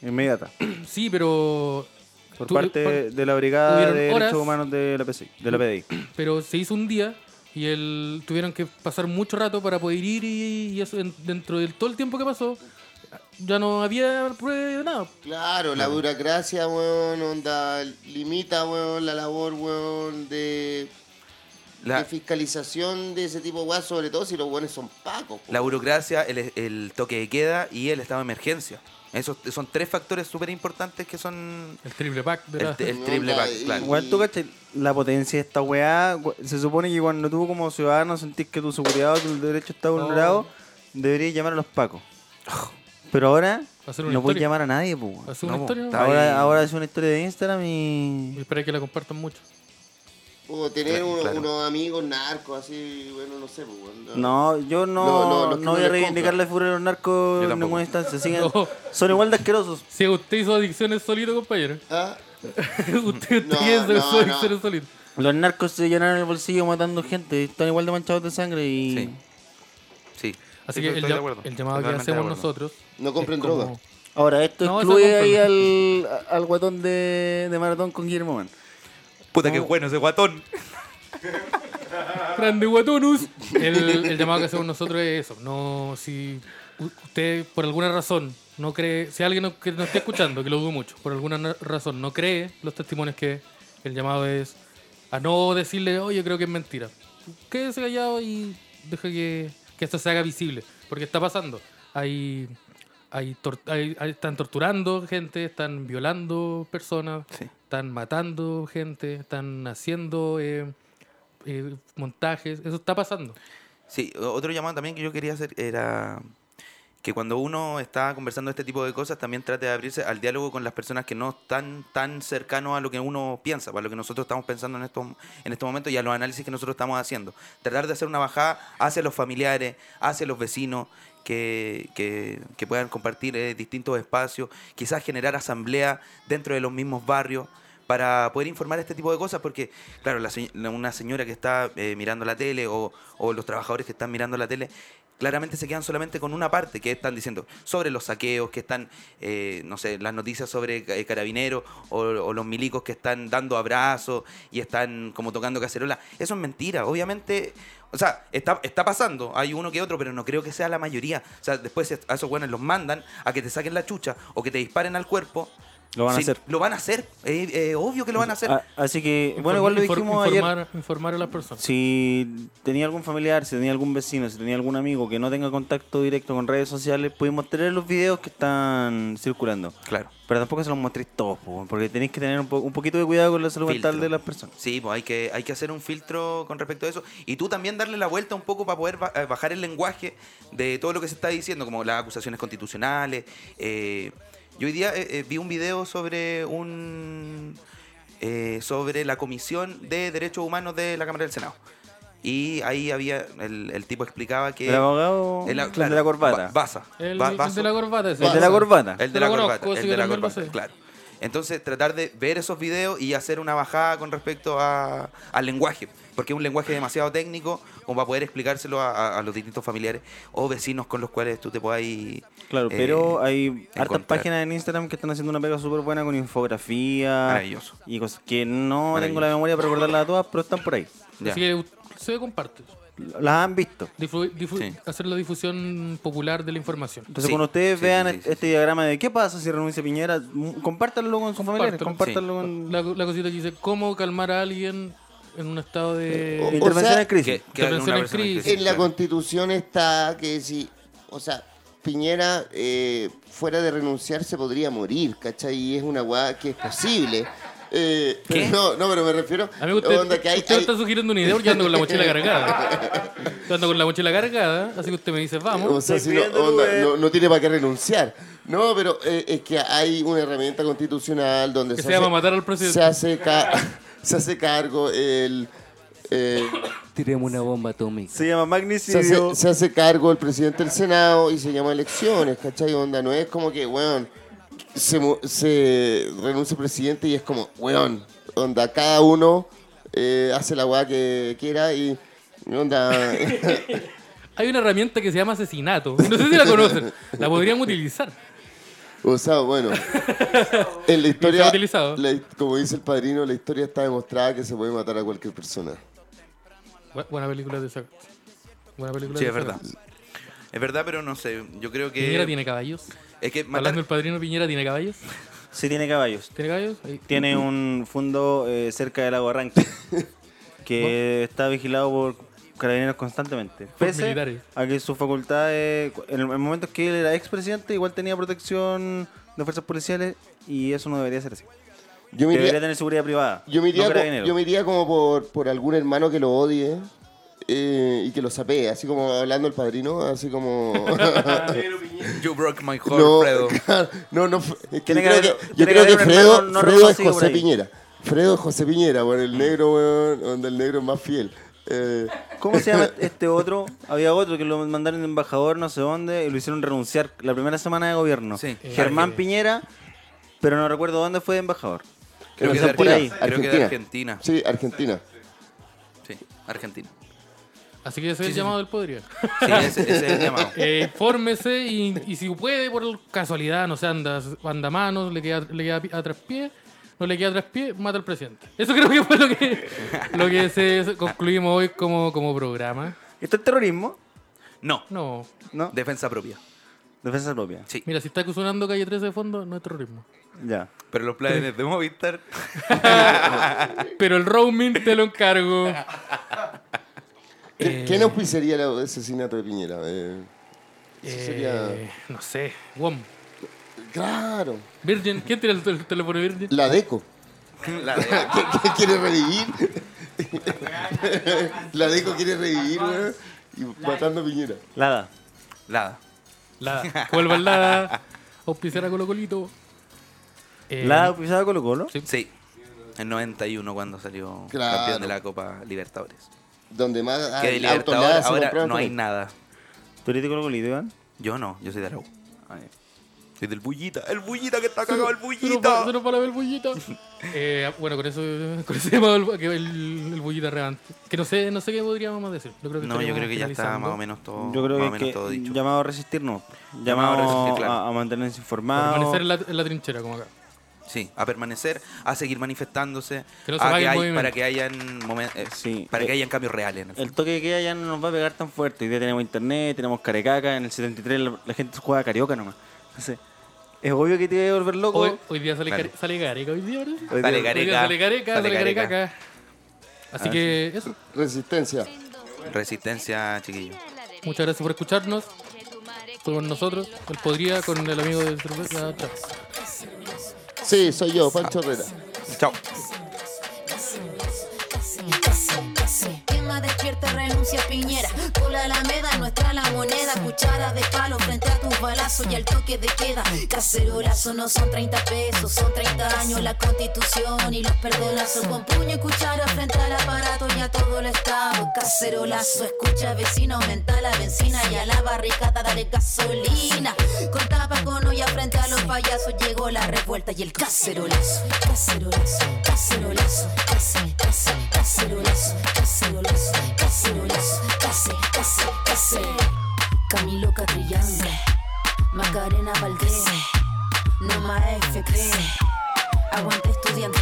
Speaker 5: Inmediata.
Speaker 4: sí, pero
Speaker 5: Por
Speaker 4: tú- eh,
Speaker 5: parte de la Brigada
Speaker 4: hubieron
Speaker 5: de
Speaker 4: horas.
Speaker 5: Derechos Humanos de la, PCI, de la PDI.
Speaker 4: pero se hizo un día y el, tuvieron que pasar mucho rato para poder ir y, y eso en- dentro de todo el tiempo que pasó ya no había prueba de nada.
Speaker 1: Claro, la burocracia, weón, onda, limita, weón, la labor, weón, de,
Speaker 6: La-
Speaker 1: de fiscalización de ese tipo, de weón, sobre todo si los weones son pacos. po.
Speaker 6: La burocracia, el, el toque de queda y el estado de emergencia. Esos son tres factores súper importantes que son
Speaker 4: El triple pack de
Speaker 6: el,
Speaker 4: la-
Speaker 6: te- el triple pack, claro.
Speaker 5: Igual tú, cachai, la potencia de esta weá, gu- se supone que cuando tú como ciudadano sentís que tu seguridad o tu derecho está vulnerado, deberías llamar a los pacos. Pero ahora
Speaker 4: Hacer una
Speaker 5: no puedes
Speaker 4: historia.
Speaker 5: llamar a nadie, pues. weón.
Speaker 4: Hacer una
Speaker 6: No, po,
Speaker 4: historia. ¿no?
Speaker 6: está- ahí.
Speaker 5: Ahora, ahora es una historia de Instagram
Speaker 4: Y
Speaker 5: y...
Speaker 4: Espera que la compartan mucho.
Speaker 1: O tener
Speaker 6: Claro,
Speaker 1: uno-
Speaker 6: claro.
Speaker 1: unos amigos narcos, así, bueno, no sé. Pues, bueno.
Speaker 5: No, yo no,
Speaker 1: No, no,
Speaker 5: no,
Speaker 1: los que no
Speaker 5: voy a
Speaker 1: les
Speaker 5: reivindicar
Speaker 1: compran.
Speaker 5: la figura de los narcos
Speaker 6: Yo
Speaker 5: en
Speaker 6: tampoco.
Speaker 5: ninguna instancia. siguen-
Speaker 4: No.
Speaker 5: Son igual de asquerosos.
Speaker 4: Si usted hizo adicciones solito, compañero.
Speaker 1: ¿Ah?
Speaker 4: usted
Speaker 1: No,
Speaker 4: también
Speaker 1: no,
Speaker 4: hizo
Speaker 1: no.
Speaker 4: adicciones solito.
Speaker 5: Los narcos se llenaron el bolsillo matando gente. y Están igual de manchados de sangre y...
Speaker 6: Sí. Sí.
Speaker 4: Así
Speaker 6: Sí,
Speaker 4: que
Speaker 6: estoy
Speaker 4: el,
Speaker 6: de
Speaker 4: llam-
Speaker 6: acuerdo.
Speaker 4: el llamado que
Speaker 6: Totalmente de
Speaker 4: hacemos
Speaker 6: acuerdo.
Speaker 4: nosotros.
Speaker 1: No compren
Speaker 4: es como-
Speaker 1: droga.
Speaker 5: Ahora, esto
Speaker 4: No, eso
Speaker 5: excluye
Speaker 4: compro.
Speaker 5: ahí al, al guatón de, de maratón con Guillermo Man.
Speaker 6: Puta que bueno ese guatón.
Speaker 4: Grande guatonus. El, el llamado que hacemos nosotros es eso. No, si u- usted por alguna razón no cree, si alguien no- que nos esté escuchando, que lo dudo mucho, por alguna na- razón no cree los testimonios que el llamado es a no decirle, oye, creo que es mentira. Quédese callado y deja que, que esto se haga visible, porque está pasando. Hay, hay, tor- hay- hay- están torturando gente, están violando personas,
Speaker 6: Sí.
Speaker 4: están matando gente, están haciendo... eh, eh, montajes, eso está pasando.
Speaker 6: Sí, o- otro llamado también que yo quería hacer era que cuando uno está conversando este tipo de cosas también trate de abrirse al diálogo con las personas que no están tan cercanos a lo que uno piensa, para lo que nosotros estamos pensando en estos en este momento y a los análisis que nosotros estamos haciendo. Tratar de hacer una bajada hacia los familiares, hacia los vecinos que, que- que puedan compartir eh, distintos espacios, quizás generar asambleas dentro de los mismos barrios para poder informar este tipo de cosas, porque, claro, la se- la- una señora que está eh, mirando la tele o, o los trabajadores que están mirando la tele, claramente se quedan solamente con una parte que están diciendo sobre los saqueos, que están, eh, no sé, las noticias sobre ca- eh, carabineros o, o los milicos que están dando abrazos y están como tocando cacerola. Eso es mentira, obviamente. O sea, está, está pasando, hay uno que otro, pero no creo que sea la mayoría. O sea, después a esos buenos los mandan a que te saquen la chucha o que te disparen al cuerpo.
Speaker 5: Lo van a
Speaker 6: Sí,
Speaker 5: hacer. Ah,
Speaker 6: Lo van a hacer. Eh, eh, obvio que lo van a hacer.
Speaker 5: A- así que, bueno, igual lo
Speaker 4: Inform-
Speaker 5: dijimos
Speaker 4: informar,
Speaker 5: ayer.
Speaker 4: Informar a las personas.
Speaker 5: Si tenía algún familiar, si tenía algún vecino, si tenía algún amigo que no tenga contacto directo con redes sociales, pudimos tener los videos que están circulando.
Speaker 6: Claro.
Speaker 5: Pero tampoco se los mostréis todos, po, weón, porque tenéis que tener un, po- un poquito de cuidado con la salud
Speaker 6: Filtro.
Speaker 5: mental de las personas.
Speaker 6: Sí, pues hay que, hay que hacer un filtro con respecto a eso. Y tú también darle la vuelta un poco para poder ba- eh, bajar el lenguaje de todo lo que se está diciendo, como las acusaciones constitucionales. eh, yo hoy día eh, eh, vi un video sobre un eh, sobre la Comisión de Derechos Humanos de la Cámara del Senado. Y ahí había, el, el tipo explicaba que...
Speaker 5: El abogado
Speaker 6: el a-
Speaker 5: el
Speaker 6: Eh, claro,
Speaker 5: de la corbata.
Speaker 6: Ba- Baza.
Speaker 4: El,
Speaker 6: Ba-
Speaker 4: el
Speaker 6: Bazo.
Speaker 4: de la corbata ese.
Speaker 5: el de la corbata.
Speaker 6: El
Speaker 4: Yo
Speaker 6: de
Speaker 4: lo
Speaker 6: la
Speaker 4: conozco,
Speaker 6: corbata,
Speaker 4: así
Speaker 6: el
Speaker 4: que
Speaker 6: de la
Speaker 4: también lo sé.
Speaker 6: corbata, claro. Entonces, tratar de ver esos videos y hacer una bajada con respecto a- al lenguaje, porque es un lenguaje demasiado técnico como para poder explicárselo a, a- a los distintos familiares o vecinos con los cuales tú te puedas ir,
Speaker 5: Claro,
Speaker 6: eh,
Speaker 5: pero hay hartas
Speaker 6: encontrar.
Speaker 5: páginas en Instagram que están haciendo una pega súper buena con infografía
Speaker 6: Maravilloso.
Speaker 5: y cosas que no
Speaker 6: Maravilloso.
Speaker 5: tengo la memoria para recordarlas a todas, pero están por ahí.
Speaker 6: ya.
Speaker 4: Así que u- se comparte.
Speaker 5: Las han visto.
Speaker 4: Difu- difu-
Speaker 6: Sí.
Speaker 4: Hacer la difusión popular de la información.
Speaker 5: Entonces,
Speaker 6: Sí,
Speaker 5: cuando ustedes
Speaker 6: sí,
Speaker 5: vean
Speaker 6: sí, sí,
Speaker 5: este diagrama de qué pasa si renuncia Piñera, m- compártanlo con sus familiares,
Speaker 6: Compártalo,
Speaker 5: compártanlo con
Speaker 4: La, la cosita que dice, ¿cómo calmar a alguien en un estado
Speaker 1: O-
Speaker 4: de...
Speaker 1: o
Speaker 5: intervención
Speaker 1: sea,
Speaker 5: en crisis.
Speaker 6: que- que haga
Speaker 4: Intervención
Speaker 6: una
Speaker 4: en
Speaker 6: persona
Speaker 4: crisis.
Speaker 6: que-
Speaker 1: En la
Speaker 6: claro.
Speaker 1: constitución está que si, o sea, Piñera eh, fuera de renunciar se podría morir, ¿cachai? Y es una guada que es posible. Eh,
Speaker 6: ¿Qué?
Speaker 1: No, no, pero me refiero.
Speaker 4: A mí usted,
Speaker 1: Oh, onda que hay-
Speaker 4: usted me
Speaker 1: hay-
Speaker 4: está sugiriendo una idea porque yo ando con la mochila cargada. Yo ando con la mochila cargada, así que usted me dice,
Speaker 1: O
Speaker 4: vamos.
Speaker 1: sea, si no,
Speaker 5: Despidiendo,
Speaker 1: onda,
Speaker 5: Rubén.
Speaker 1: no, no tiene para qué renunciar. No, pero eh, es que hay una herramienta constitucional donde
Speaker 4: Que se llama matar al presidente.
Speaker 1: se hace, ca- se hace cargo el. eh,
Speaker 8: Tiremos una bomba atómica.
Speaker 5: Se llama
Speaker 1: se,
Speaker 5: magnicidio.
Speaker 1: hace, se hace cargo el presidente del Senado y se llama elecciones, ¿cachai? Onda, no es como que, weón, se, mu- se renuncia el presidente y es como, weón, onda, cada uno eh, hace la weá que quiera y, onda,
Speaker 4: Hay una herramienta que se llama asesinato. No sé si la conocen. La podrían utilizar.
Speaker 1: usado, bueno. En la
Speaker 4: se ha
Speaker 1: historia,
Speaker 4: utilizado.
Speaker 1: la- como dice el padrino, la historia está demostrada que se puede matar a cualquier persona.
Speaker 4: Bu- Buena película de Sagat. Buena película
Speaker 6: Sí,
Speaker 4: de
Speaker 6: es verdad.
Speaker 4: Sagat.
Speaker 6: Es verdad, pero no sé, yo creo
Speaker 4: Piñera
Speaker 6: que...
Speaker 4: tiene caballos.
Speaker 6: Es que
Speaker 4: Hablando
Speaker 6: matar,
Speaker 4: del padrino Piñera, ¿tiene caballos?
Speaker 5: Sí, tiene caballos.
Speaker 4: ¿Tiene caballos? Ahí.
Speaker 5: Tiene un fondo eh, cerca del lago Arranque que está vigilado por carabineros constantemente.
Speaker 4: Por
Speaker 5: Pese
Speaker 4: militares.
Speaker 5: a que sus facultades, cu- en el en momentos que él era expresidente, igual tenía protección de fuerzas policiales y eso no debería ser así.
Speaker 1: Yo me
Speaker 5: Debería
Speaker 1: iría,
Speaker 5: tener seguridad privada.
Speaker 1: yo me iría
Speaker 5: no
Speaker 1: co-
Speaker 5: carabineros.
Speaker 1: yo me iría como por, por algún hermano que lo odie eh, y que lo sapee, así como hablando el padrino, así como...
Speaker 6: You broke my heart,
Speaker 1: no, eh,
Speaker 6: Fredo.
Speaker 1: claro, no, no, es que
Speaker 5: Tiene
Speaker 1: yo
Speaker 5: que
Speaker 1: creo
Speaker 5: haber-
Speaker 1: que,
Speaker 5: tiene
Speaker 1: yo
Speaker 5: que
Speaker 1: creo
Speaker 5: haber
Speaker 1: que
Speaker 5: un
Speaker 1: Fredo,
Speaker 5: hermano no
Speaker 1: Fredo es
Speaker 5: reconocido por
Speaker 1: José
Speaker 5: ahí.
Speaker 1: Piñera. Fredo es José Piñera, por el negro, weón, donde el negro es más fiel. Eh,
Speaker 5: ¿Cómo se llama este otro? Había otro que lo mandaron de embajador no sé dónde y lo hicieron renunciar la primera semana de gobierno.
Speaker 6: Sí.
Speaker 4: eh,
Speaker 5: Germán Piñera, pero no recuerdo dónde fue de embajador.
Speaker 6: Creo que,
Speaker 5: Empezó
Speaker 6: de
Speaker 5: por ahí.
Speaker 6: Argentina. Creo que de Argentina.
Speaker 1: Sí, Argentina.
Speaker 6: Sí, Argentina.
Speaker 4: Así que ese es el llamado del podría.
Speaker 6: Sí, ese, ese es el llamado.
Speaker 4: Eh, infórmese y, y si puede, por casualidad, no sé, anda, anda manos, le queda, le queda pi- a traspié, no le queda a traspié, mata al presidente. Eso creo que fue lo que, lo que se concluimos hoy como, como programa.
Speaker 5: ¿Está el terrorismo?
Speaker 6: No,
Speaker 4: No,
Speaker 5: ¿No?
Speaker 6: defensa propia.
Speaker 5: Defensa propia.
Speaker 6: Sí.
Speaker 4: mira, si está sonando Calle 13 de fondo, no es terrorismo.
Speaker 5: Ya.
Speaker 6: Pero los planes de Movistar.
Speaker 4: Pero el roaming te lo encargo.
Speaker 1: ¿Qué, ¿Quién auspiciaría el asesinato de Piñera? Eh, eso
Speaker 4: Eh,
Speaker 1: sería...
Speaker 4: No sé, WOM.
Speaker 1: Claro,
Speaker 4: Virgin, ¿quién tiene el, tel- teléfono Virgin?
Speaker 1: la deco.
Speaker 6: la de-
Speaker 1: ¿Qué, qué quiere revivir? la deco quiere revivir, weón. Y matando a Piñera.
Speaker 5: Lada.
Speaker 6: Lada.
Speaker 4: La, vuelva la, auspiciar a Colo Colito. Eh,
Speaker 5: Lada pisada Colo Colo.
Speaker 4: Sí.
Speaker 6: Sí. En 91 cuando salió
Speaker 1: Claro.
Speaker 6: campeón de la Copa Libertadores.
Speaker 1: Donde más ah,
Speaker 6: que de
Speaker 1: autos nada
Speaker 6: Libertadores
Speaker 1: se
Speaker 6: ahora
Speaker 1: compraban
Speaker 6: no hay
Speaker 1: también.
Speaker 6: nada.
Speaker 5: ¿Tú eres de Colo Colo, Iván?
Speaker 6: Yo no, yo soy de la U. Ah, Soy del bullita. El bullita que está cagado, el
Speaker 4: Se nos va-
Speaker 6: bullita.
Speaker 4: se nos va la ver bullita. Eh, bueno, con eso, con ese llamado el, que el, el bullita relevante. Que no sé, no sé qué podríamos decir. Yo creo que
Speaker 6: No, yo
Speaker 4: estaríamos
Speaker 6: creo que ya está
Speaker 4: finalizando.
Speaker 6: más o menos todo,
Speaker 5: Yo creo
Speaker 6: Oh, más o
Speaker 5: que,
Speaker 6: menos
Speaker 5: que
Speaker 6: todo dicho.
Speaker 5: llamado a resistirnos. Llamado,
Speaker 6: Llamado a resistir,
Speaker 5: a,
Speaker 6: claro.
Speaker 5: a mantenerse
Speaker 4: Por
Speaker 5: informados.
Speaker 4: permanecer en la, en la trinchera, como acá.
Speaker 6: Sí, a permanecer, a seguir manifestándose,
Speaker 4: Que no se
Speaker 6: a
Speaker 4: apague
Speaker 6: que
Speaker 4: el
Speaker 6: hay-
Speaker 4: movimiento.
Speaker 6: para que hayan momen- eh,
Speaker 5: Sí.
Speaker 6: para que
Speaker 5: Eh,
Speaker 6: hayan cambios reales. en el
Speaker 5: El
Speaker 6: fondo.
Speaker 5: toque de queda ya no nos va a pegar tan fuerte. Hoy día tenemos internet, tenemos carecaca. En el 73 la, la gente juega carioca nomás. Entonces, es obvio que te iba a volver loco.
Speaker 4: Hoy, hoy día sale,
Speaker 6: Claro.
Speaker 4: care- sale careca, hoy día, ¿verdad? Hoy
Speaker 5: Hoy
Speaker 6: Dale,
Speaker 5: día-
Speaker 4: día
Speaker 6: Careca,
Speaker 4: sale careca,
Speaker 6: sale
Speaker 4: sale
Speaker 6: careca. Ah,
Speaker 4: careca. Así que eso.
Speaker 1: Resistencia.
Speaker 6: Resistencia, chiquillo.
Speaker 4: Muchas gracias por escucharnos. Fuimos nosotros, el Podría, con el amigo de Cerveza Chao.
Speaker 1: Sí, soy yo, Pancho Herrera.
Speaker 6: Chao.
Speaker 3: Quema despierta, renuncia Piñera. Con la alameda, nuestra la moneda. Cuchara de palo frente a tus balazos y al toque de queda. Cacerolazo no son 30 pesos, son 30 años la constitución y los perdonazos. Con puño y cuchara frente al aparato y a todo el Estado. Cacerolazo, escucha vecino, aumenta la benzina y a la barricada dale gasolina. Con tapa con olla frente a los payasos llegó la revuelta y el cacerolazo. Cacerolazo, cacerolazo, cacerolazo. Cacerolazo, cacerolazo, cacerolazo, case, case, case. Camilo Catrillanza, Macarena Valdés, Noma FP, aguante estudiante.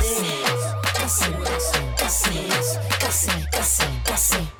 Speaker 3: Cacerolazo, cacerolazo, case, case, case.